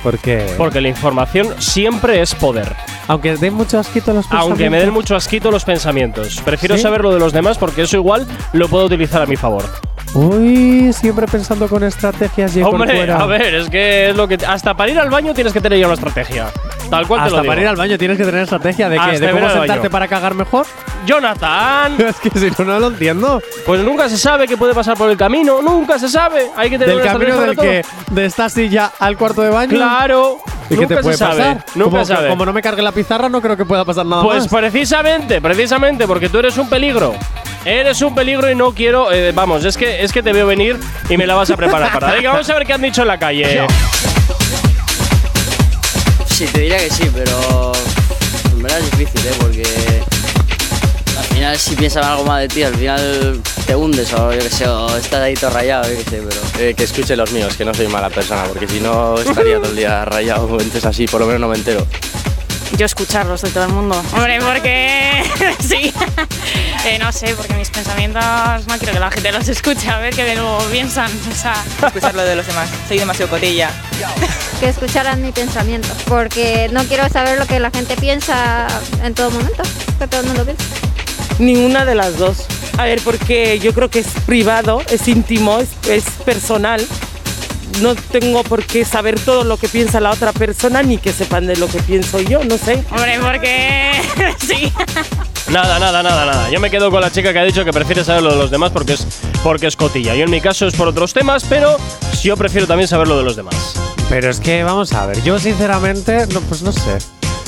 ¿Por qué?
Porque la información siempre es poder.
Aunque den mucho asquito los pensamientos.
Aunque me den mucho asquito los pensamientos. Prefiero
¿Sí?
saber lo de los demás porque eso igual lo puedo utilizar a mi favor.
Uy, siempre pensando con estrategias y
Hombre, a ver, es que es lo que. Hasta para ir al baño tienes que tener ya una estrategia. Tal cual te lo digo.
Hasta
Ah,
para ir al baño tienes que tener estrategia de
Hasta
qué, de
ir
cómo
al baño.
sentarte para cagar mejor. [LAUGHS]
¡Jonathan!
Es que si no, no lo entiendo.
Pues nunca se sabe qué puede pasar por el camino, nunca se sabe. Hay que tener
Del
una
camino del
estrategia para
que de esta silla al cuarto de baño.
Claro.
[LAUGHS] ¿Y qué
nunca
te puede
se sabe.
pasar?
Nunca
como,
se sabe.
como no me cargue la pizarra, no creo que pueda pasar nada
Pues
más.
precisamente, precisamente, porque tú eres un peligro. Eres un peligro y no quiero. eh, vamos, es que, es que te veo venir y me la vas a preparar para. Venga, vamos a ver qué han dicho en
[LAUGHS]
la calle.
Sí, te diría que sí, pero en verdad es difícil, ¿eh? Porque al final si piensan algo más de ti, al final te hundes o yo qué sé, o estás ahí todo rayado, yo qué sé, pero...
Eh, que escuche los míos, que no soy mala persona, porque si no estaría todo el día rayado, [LAUGHS] entonces así, por lo menos no me entero.
Yo escucharlos de todo el mundo. Hombre, porque. [LAUGHS] sí. Eh, no sé, porque mis pensamientos no quiero que la gente los escuche, a ver qué de nuevo piensan. O sea. Escuchar lo de los demás. Soy demasiado cotilla.
que escucharan mi pensamiento, porque no quiero saber lo que la gente piensa en todo momento, que todo el mundo piensa.
Ninguna de las dos. A ver, porque yo creo que es privado, es íntimo, es, es personal. No tengo por qué saber todo lo que piensa la otra persona ni que sepan de lo que pienso yo, no sé.
Hombre, porque. [LAUGHS] sí.
Nada, nada, nada, nada. Yo me quedo con la chica que ha dicho que prefiere saber lo de los demás porque es, porque es cotilla. Yo en mi caso es por otros temas, pero yo prefiero también saber lo de los demás.
Pero es que vamos a ver, yo sinceramente, no, pues no sé.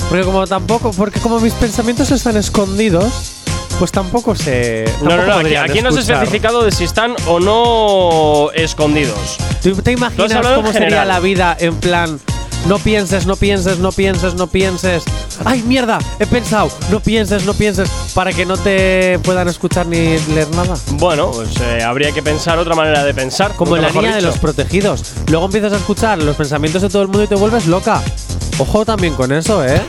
Porque como tampoco, porque como mis pensamientos están escondidos, pues tampoco sé.
No, no, no, aquí,
podrían
aquí no se ha
escuchar.
especificado de si están o no escondidos.
¿Tú te
Tú has
imaginas
hablado en
cómo sería
general.
la vida en plan? No pienses, no pienses, no pienses, no pienses. ¡Ay, mierda! He pensado. No pienses, no pienses. Para que no te puedan escuchar ni leer nada.
Bueno, pues eh, habría que pensar otra manera de pensar.
Como
nunca
en la
mejor
niña de
dicho.
los protegidos. Luego empiezas a escuchar los pensamientos de todo el mundo y te vuelves loca. Ojo también con eso, ¿eh?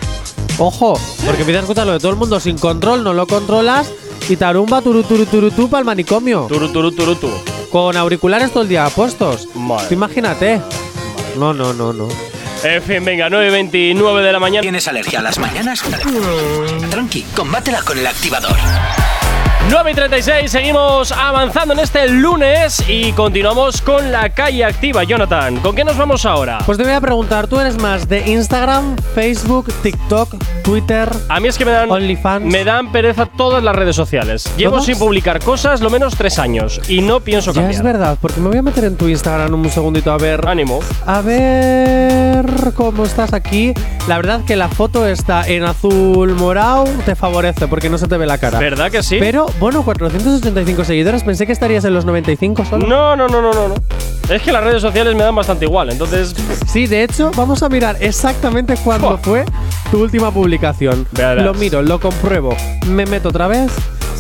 Ojo, porque empiezas a escuchar lo de todo el mundo sin control, no lo controlas y tarumba turu turu turu tú para el manicomio.
Turu, turu, turu, turu.
Con auriculares todo el día puestos.
Madre.
Tú Imagínate. No, no, no, no.
En fin, venga, 9.29 de la mañana.
¿Tienes alergia a las mañanas? Tranqui, combátela con el activador.
9 y 36, seguimos avanzando en este lunes y continuamos con la calle activa. Jonathan, ¿con qué nos vamos ahora?
Pues te voy a preguntar, ¿tú eres más de Instagram, Facebook, TikTok, Twitter?
A mí es que me dan,
OnlyFans.
me dan pereza todas las redes sociales. Llevo
¿Todas?
sin publicar cosas lo menos tres años y no pienso
Ya
cambiar.
es verdad, porque me voy a meter en tu Instagram un segundito a ver.
Ánimo.
A ver cómo estás aquí. La verdad que la foto está en azul morado, te favorece porque no se te ve la cara.
¿Verdad que sí?
Pero bueno, 485 seguidores, pensé que estarías en los 95 solo.
No, no, no, no, no, no. Es que las redes sociales me dan bastante igual, entonces.
Sí, de hecho, vamos a mirar exactamente cuándo
Buah.
fue tu última publicación.
Verás.
Lo miro, lo compruebo, me meto otra vez.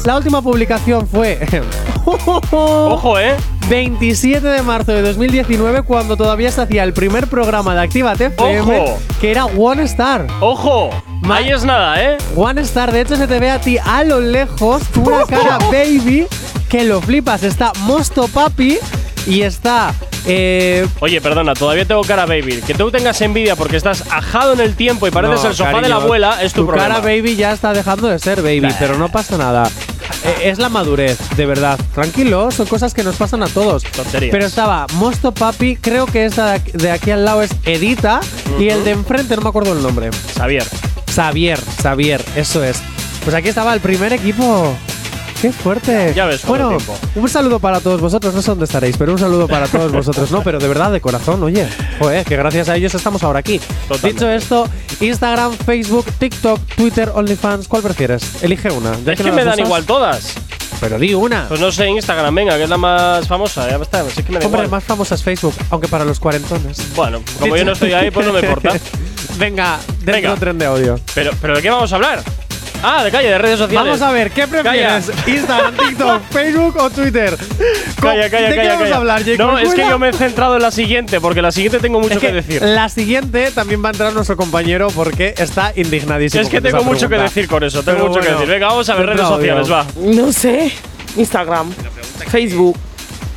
La última publicación fue [LAUGHS]
Ojo, eh.
27 de marzo de 2019 cuando todavía se hacía el primer programa de Actívate FM
Ojo.
que era One Star.
¡Ojo! Ahí es nada, ¿eh?
One Star, de hecho, se te ve a ti a lo lejos, con una cara baby, que lo flipas. Está Mosto Papi y está. eh,
Oye, perdona, todavía tengo cara baby. Que tú tengas envidia porque estás ajado en el tiempo y pareces
no,
el sofá de la
cariño,
abuela, es tu, problema.
cara baby ya está dejando de ser baby,
Bah.
pero no pasa nada. Eh, Es la madurez, de verdad. Tranquilo, son cosas que nos pasan a todos.
Tonterías.
Pero estaba Mosto Papi, creo que esta de aquí, de aquí al lado es Edita y el de enfrente, no me acuerdo el nombre.
Xavier.
Xavier, Xavier, eso es. Pues aquí estaba el primer equipo. ¡Qué fuerte!
Ya ves, con el
bueno,
tiempo.
un saludo para todos vosotros, no sé dónde estaréis, pero un saludo
[LAUGHS]
para todos vosotros, no, pero de verdad, de corazón, oye, joder, que gracias a ellos estamos ahora aquí. Dicho esto, Instagram, Facebook, TikTok, Twitter, OnlyFans, ¿cuál prefieres? Elige una. ya
Es que
no
me
las
dan
usas,
igual todas.
Pero di una.
Pues no sé, Instagram, venga, que es la más famosa. Ya está, es que me da
Hombre,
igual.
más famosa es Facebook, aunque para los cuarentones.
Bueno, como yo no estoy ahí, pues no me importa.
[LAUGHS] Venga, dentro
Venga.
tren de audio.
Pero, pero ¿de qué vamos a hablar? Ah, de calle, de redes sociales.
Vamos a ver, ¿qué prefieres?
Calla. [LAUGHS]
¿Instagram, TikTok, Facebook o Twitter? Co-
Calla, calla,
¿De qué
calla,
vamos
calla.
a hablar, Jake?
No,
¿Me
es que
cuela? eh,
yo me he centrado en la siguiente, porque la siguiente tengo mucho que, decir.
La siguiente también va a entrar nuestro compañero porque está indignadísimo.
Es que
con esa
tengo mucho que
pregunta.
decir con eso, tengo
Pero
mucho que
bueno,
decir. Venga, vamos a ver redes
dentro audio.
sociales, va.
No sé, Instagram, Facebook,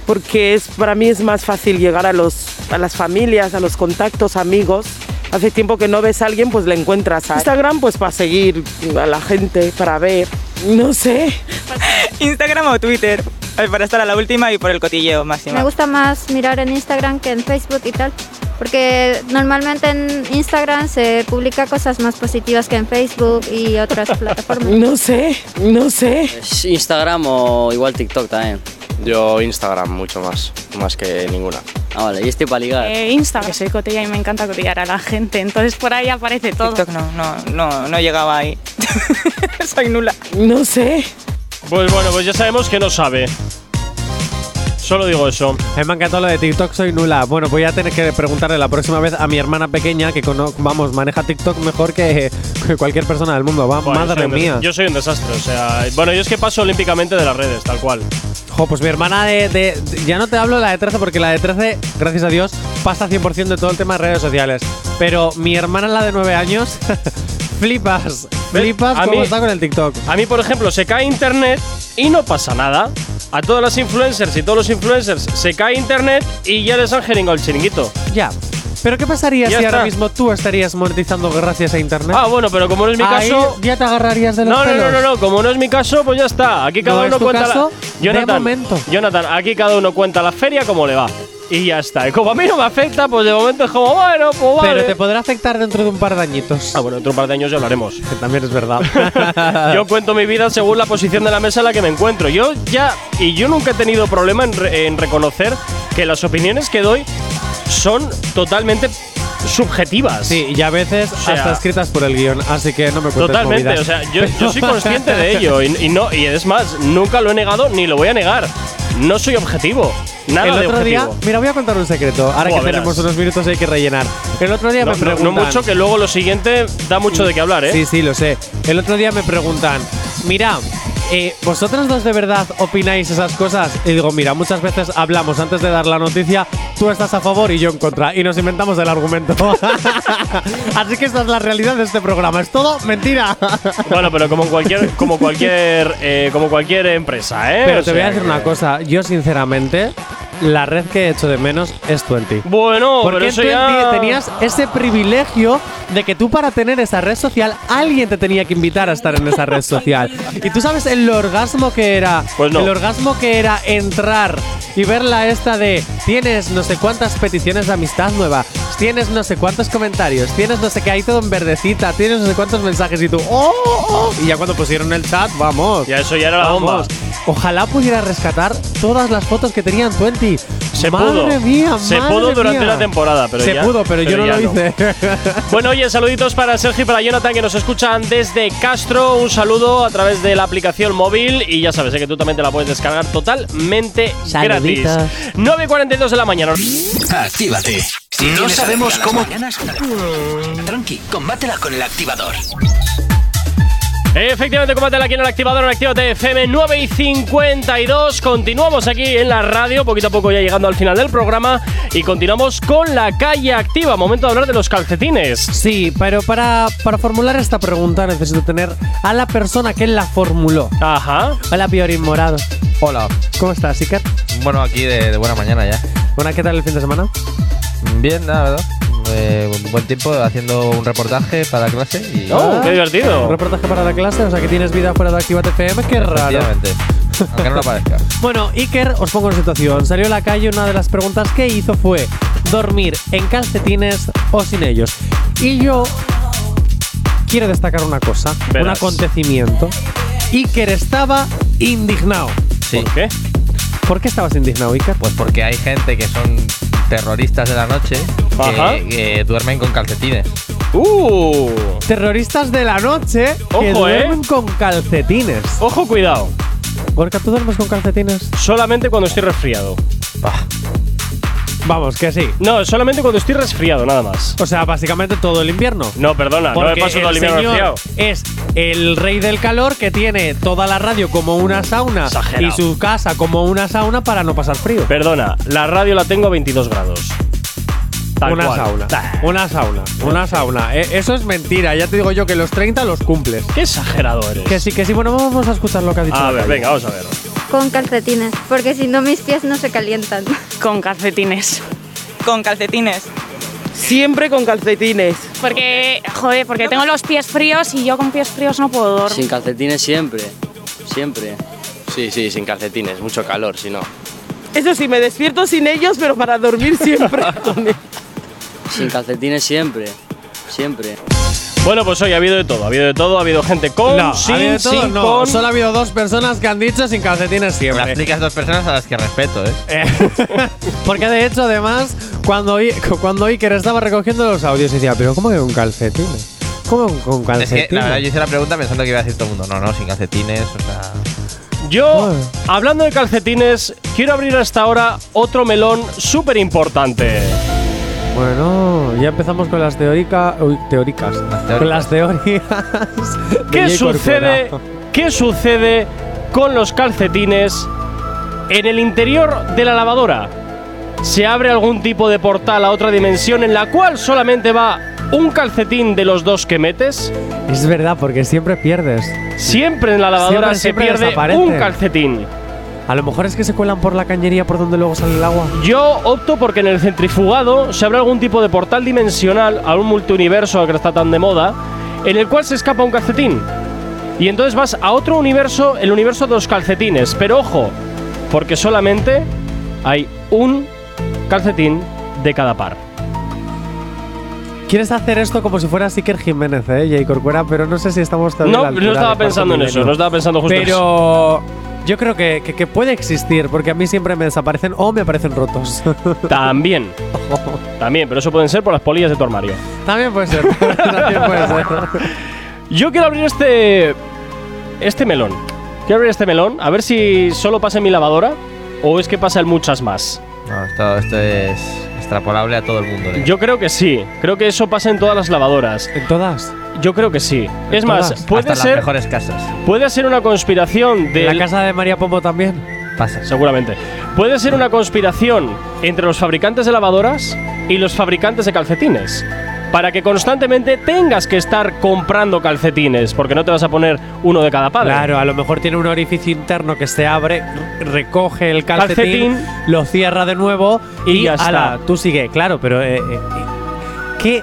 porque es para mí es más fácil llegar a los a las familias, a los contactos, amigos. Hace tiempo que no ves a alguien, pues le encuentras a Instagram, pues para seguir a la gente, para ver. No sé.
Instagram o Twitter. eh, Para estar a la última y por el cotilleo máximo.
Me gusta más mirar en Instagram que en Facebook y tal, porque normalmente en Instagram se publica cosas más positivas que en Facebook
[LAUGHS]
y otras plataformas.
No sé, no sé.
Es Instagram o igual TikTok también.
Yo Instagram mucho más, más que ninguna.
Ah, vale, y este para ligar.
Eh, Instagram, que soy cotilla y me encanta cotillar a la gente, entonces por ahí aparece todo.
No, no, no, no llegaba
[LAUGHS]
ahí. Soy nula.
No sé.
Pues bueno, pues ya sabemos que no sabe. Solo digo eso.
A mí Eh, me ha encantado lo de TikTok, soy nula. Bueno, voy a tener que preguntarle la próxima vez a mi hermana pequeña que, cono- vamos, maneja TikTok mejor que, que cualquier persona del mundo. Va,
Bueno, yo soy
madre
un des-
mía.
Yo soy un desastre, o sea. Bueno, yo es que paso olímpicamente de las redes, tal cual.
Jo, pues mi hermana de, de- de- Ya no te hablo la de 13 porque la de 13, gracias a Dios, pasa 100% de todo el tema de redes sociales. Pero mi hermana, la de 9 años, [LAUGHS] flipas. Flipas
A
cómo
mí-
está con el TikTok.
A mí, por ejemplo, se cae internet y no pasa nada. A todas las influencers y todos los influencers se cae internet y ya les han jeringado el chiringuito.
Ya. Pero ¿qué pasaría
Ya
si
está.
ahora mismo tú estarías monetizando gracias a internet?
Ah, bueno, pero como no es mi
¿Eh? Ahí
caso.
ya te agarrarías de los
No, no, no, no,
pelos.
no, como no es mi caso, pues ya está. Aquí cada
¿No es
uno
tu
cuenta
caso?
la.
De momento.
Jonathan, aquí cada uno cuenta la feria como le va. Y ya está. Y como a mí no me afecta, pues de momento es como, bueno, pues vale.
Pero te podrá afectar dentro de un par de añitos.
Ah, bueno, dentro de un par de años ya hablaremos.
Que también es verdad.
[LAUGHS] Yo cuento mi vida según la posición de la mesa en la que me encuentro. Yo ya, y yo nunca he tenido problema en, re- en reconocer que las opiniones que doy son totalmente subjetivas.
Sí, y a veces
O sea,
hasta escritas por el guión, así que no me cuentes
Totalmente,
movidas.
o sea, yo, yo soy consciente
[LAUGHS]
de ello y, y no y es más, nunca lo he negado ni lo voy a negar. No soy objetivo, nada
el
de
otro día,
objetivo.
mira, voy a contar un secreto. Ahora
Buah,
que
verás.
tenemos unos minutos hay que rellenar. El otro día
No, no-
me
no
preguntan.
mucho que luego lo siguiente da mucho de qué hablar, ¿eh?
Sí, sí, lo sé. El otro día me preguntan, mira, eh, ¿vosotras dos de verdad opináis esas cosas? Y digo, mira, muchas veces hablamos antes de dar la noticia, tú estás a favor y yo en contra, y nos inventamos el argumento. [LAUGHS] Así que esta es la realidad de este programa, es todo mentira.
Bueno, pero como en cualquier, como cualquier, eh, como cualquier empresa, ¿eh?
Pero
O
te voy a
sea
decir
que-
una cosa, yo sinceramente, la red que he hecho de menos es 20.
Bueno,
Porque
Oh, pero
en
eso
20
ya-
tenías ese privilegio de que tú para tener esa red social, alguien te tenía que invitar a estar en esa red social. Y tú sabes el orgasmo que era.
Pues no.
El orgasmo que era entrar y ver la esta de tienes no sé cuántas peticiones de amistad nueva, tienes no sé cuántos comentarios, tienes no sé qué, ahí todo en verdecita, tienes no sé cuántos mensajes y tú, ¡oh! oh". Y ya cuando pusieron el chat, vamos.
Ya eso ya era la bomba.
Vamos. Ojalá pudiera rescatar todas las fotos que tenían 20.
Se
madre
pudo.
mía,
Se
madre
pudo durante
mía.
la temporada, pero
Se
ya-
pudo, pero, yo
pero
no
ya
lo
no.
hice. [LAUGHS]
Bueno, oye, saluditos para Sergio y para Jonathan que nos escuchan desde Castro. Un saludo a través de la aplicación móvil y ya sabes ¿eh? que tú también te la puedes descargar totalmente
Saluditos.
gratis. 9 y 42 de la mañana.
Actívate. Si
No
tienes
sabemos
alergia a las
cómo-
mañanas, Tranqui, combátela con el activador.
Efectivamente, combate aquí en el activador en Actívate FM 9 y 52. Continuamos aquí en la radio, poquito a poco ya llegando al final del programa. Y continuamos con la calle activa. Momento de hablar de los calcetines.
Sí, pero para, para formular esta pregunta necesito tener a la persona que la formuló.
Ajá.
Hola, Piorín Morado.
Hola.
¿Cómo estás, Iker?
Bueno, aquí de, de buena mañana ya.
Bueno, ¿qué tal el fin de semana?
Bien, la verdad. Eh, un buen tiempo haciendo un reportaje para clase y.
Oh,
Ah, Un reportaje para la clase, o sea que tienes vida fuera de Activate FM, qué raro. [LAUGHS]
Efectivamente. Aunque no lo parezca.
Bueno, Iker, os pongo en situación. Salió a la calle, una de las preguntas que hizo fue ¿dormir en calcetines o sin ellos? Y yo quiero destacar una cosa, un
Verás.
acontecimiento. Iker estaba indignado.
¿Por
qué?
¿Por qué estabas indignado, Iker?
Pues porque hay gente que son terroristas de la noche
Ajá.
que, que duermen con calcetines.
¡Uh!
Terroristas de la noche que
Ojo, ¿eh?
duermen con calcetines.
Ojo, cuidado.
Gorka, ¿tú duermes con calcetines?
Solamente cuando estoy resfriado.
Vamos, que sí.
No, solamente cuando estoy resfriado, nada más.
O sea, básicamente todo el invierno.
No, perdona, Ah, no me
Porque
paso todo el
el
invierno resfriado.
señor es el rey del calor que tiene toda la radio como una sauna
Exagerado.
y su casa como una sauna para no pasar frío.
Perdona, la radio la tengo a 22 grados. Tal
una
cual.
sauna,
Ta-
una sauna, una sauna. Eh, eso es mentira. Ya te digo yo que los 30 los cumples.
Qué exagerado eres.
Que sí, que sí. Bueno, vamos a escuchar lo que ha dicho.
A
la
ver,
calle.
venga, vamos a ver.
Con calcetines, porque si no mis pies no se calientan.
Con calcetines.
Con calcetines.
Siempre con calcetines.
Porque, joder, porque tengo los pies fríos y yo con pies fríos no puedo dormir.
Sin calcetines siempre, siempre.
Sí, sí, sin calcetines, mucho calor, si no.
Eso sí, me despierto sin ellos, pero para dormir siempre.
Sin calcetines siempre, siempre.
Bueno, pues hoy ha habido de todo, ha habido de todo, ha habido gente con,
No,
sin,
ha habido de todo,
sin,
no.
con.
Solo ha habido dos personas que han dicho sin calcetines siempre.
Me explicas dos personas a las que respeto, ¿eh?
[LAUGHS] Porque de hecho, además, cuando, I- cuando Iker estaba recogiendo los audios, decía, pero ¿cómo que con calcetines? ¿Cómo que con
Es que,
calcetines?
la verdad, yo hice la pregunta pensando que iba a decir todo el mundo, no, no, sin calcetines, o sea.
Yo, hablando de calcetines, quiero abrir hasta ahora otro melón súper importante.
Bueno, ya empezamos con las teóricas. Uy, teóricas. Con las
[LAUGHS]
teorías. de
¿Qué
J.
sucede,
Corcuera.
¿Qué sucede con los calcetines en el interior de la lavadora? ¿Se abre algún tipo de portal a otra dimensión en la cual solamente va un calcetín de los dos que metes?
Es verdad, porque siempre pierdes.
Siempre en la lavadora
Siempre,
se
siempre
pierde
desaparecen.
un calcetín.
A lo mejor es que se cuelan por la cañería por donde luego sale el agua.
Yo opto porque en el centrifugado se abre algún tipo de portal dimensional a un multiuniverso que está tan de moda, en el cual se escapa un calcetín. Y entonces vas a otro universo, el universo de los calcetines. Pero ojo, porque solamente hay un calcetín de cada par.
Quieres hacer esto como si fuera Iker Jiménez, ¿eh? Jay Corcuera, pero no sé si estamos todavía a la
No,
altura
no estaba
del cuarto
pensando en eso,
milenio.
no estaba pensando justo en eso.
Pero yo creo que, que- que puede existir, porque a mí siempre me desaparecen o me aparecen rotos. [LAUGHS]
También, también, pero eso pueden ser por las polillas de tu armario.
También puede ser. [LAUGHS] También puede ser.
Yo quiero abrir este. Este melón. Quiero abrir este melón, a ver si solo pasa en mi lavadora o es que pasa en muchas más.
No, esto, esto es extrapolable a todo el mundo, ¿eh?
Yo creo que sí. Creo que eso pasa en todas las lavadoras.
¿En todas?
Yo creo que sí.
En
Es
todas,
más, puede
hasta
ser.
las mejores casas.
Puede ser una conspiración de.
La casa de María Pombo también.
Pasa.
Seguramente. Puede ser una conspiración entre los fabricantes de lavadoras y los fabricantes de calcetines. Para que constantemente tengas que estar comprando calcetines, porque no te vas a poner uno de cada padre.
Claro, a lo mejor tiene un orificio interno que se abre, recoge el calcetín,
Calcetín.
lo cierra de nuevo
Y
y,
ya está.
ala, tú sigue, claro, pero eh, eh, eh, ¿qué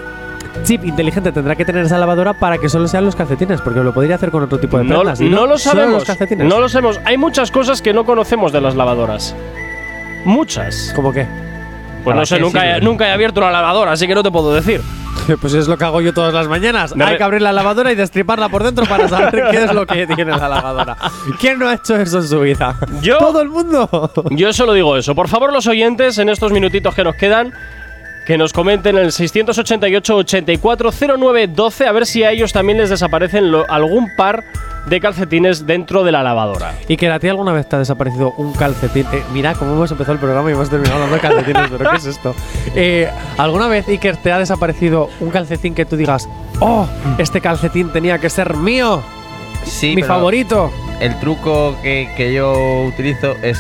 chip inteligente tendrá que tener esa lavadora para que solo sean los calcetines? Porque lo podría hacer con otro tipo de
No,
prendas. y
no lo
solo
sabemos.
los calcetines.
No lo sabemos. Hay muchas cosas que no conocemos de las lavadoras. Muchas.
¿Cómo qué?
Pues
¿Para
no sé,
qué
nunca he,
sirven?
nunca he abierto una lavadora, así que no te puedo decir.
[LAUGHS] Pues es lo que hago yo todas las mañanas.
Me
Hay
re-
que abrir la lavadora y destriparla por dentro
[LAUGHS]
para saber qué es lo que tiene la lavadora. ¿Quién no ha hecho eso en su vida?
Yo-
Todo el mundo.
Yo solo digo eso. Por favor, los oyentes, en estos minutitos que nos quedan, que nos comenten el 688-8409-12, a ver si a ellos también les desaparecen lo- algún par de calcetines dentro de la lavadora.
Y que a ti alguna vez te ha desaparecido un calcetín. Eh, mira cómo hemos empezado el programa y hemos terminado hablando de calcetines, pero ¿qué es esto? Eh, ¿Alguna vez, Iker, te ha desaparecido un calcetín que tú digas, oh, este calcetín tenía que ser mío?
Sí,
Mi
pero
favorito.
El truco que, que yo utilizo es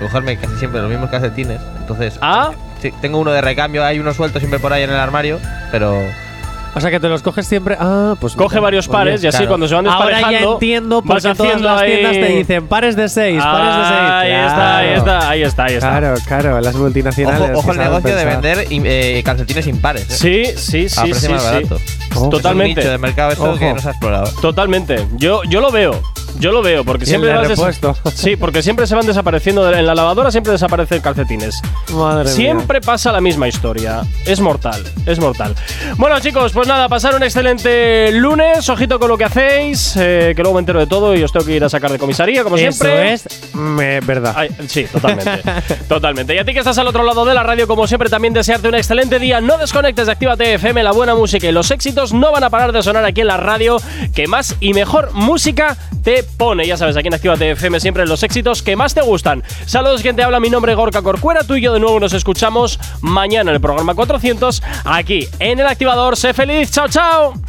cogerme casi siempre los mismos calcetines. Entonces.
¿Ah?
Sí, tengo uno de recambio, hay uno suelto siempre por ahí en el armario, pero.
O sea que te los coges siempre. Ah, pues.
Coge varios pares y así cuando se van
Ahora ya
desparejando,
entiendo por
vas
qué todas
haciendo
las
ahí-
tiendas te dicen pares de seis, pares de seis.
Ahí está, ahí está, ahí está, ahí está.
Claro, claro, las multinacionales.
Ojo, ojo
que
el
saben
negocio de
pensar.
vender im- eh, calcetines impares. ¿eh?
Sí, sí, sí,
A precio
sí,
más
sí.
barato.
Ojo. Totalmente.
Es un nicho de mercado esto que no se ha explorado.
Totalmente. Yo, yo lo veo. Yo lo veo, porque
Y
siempre
el de
vas des-
repuesto.
Sí, porque siempre se van desapareciendo. de- En la lavadora siempre desaparecen calcetines.
Madre mía.
siempre pasa la misma historia. Es mortal, es mortal. Bueno, chicos, pues nada, pasar un excelente lunes. Ojito con lo que hacéis, eh, que luego me entero de todo y os tengo que ir a sacar de comisaría, como
Eso
siempre.
es me- verdad.
Ay, sí, totalmente. [LAUGHS] totalmente. Y a ti que estás al otro lado de la radio, como siempre, también desearte un excelente día. No desconectes de Actívate FM, la buena música y los éxitos no van a parar de sonar aquí en la radio que más y mejor música te pone. Ya sabes, aquí en Actívate FM siempre los éxitos que más te gustan. Saludos, quien te habla. Mi nombre es Gorka Corcuera. Tú y yo de nuevo nos escuchamos mañana en el programa 400 aquí en El Activador. Sé feliz. Chao, chao.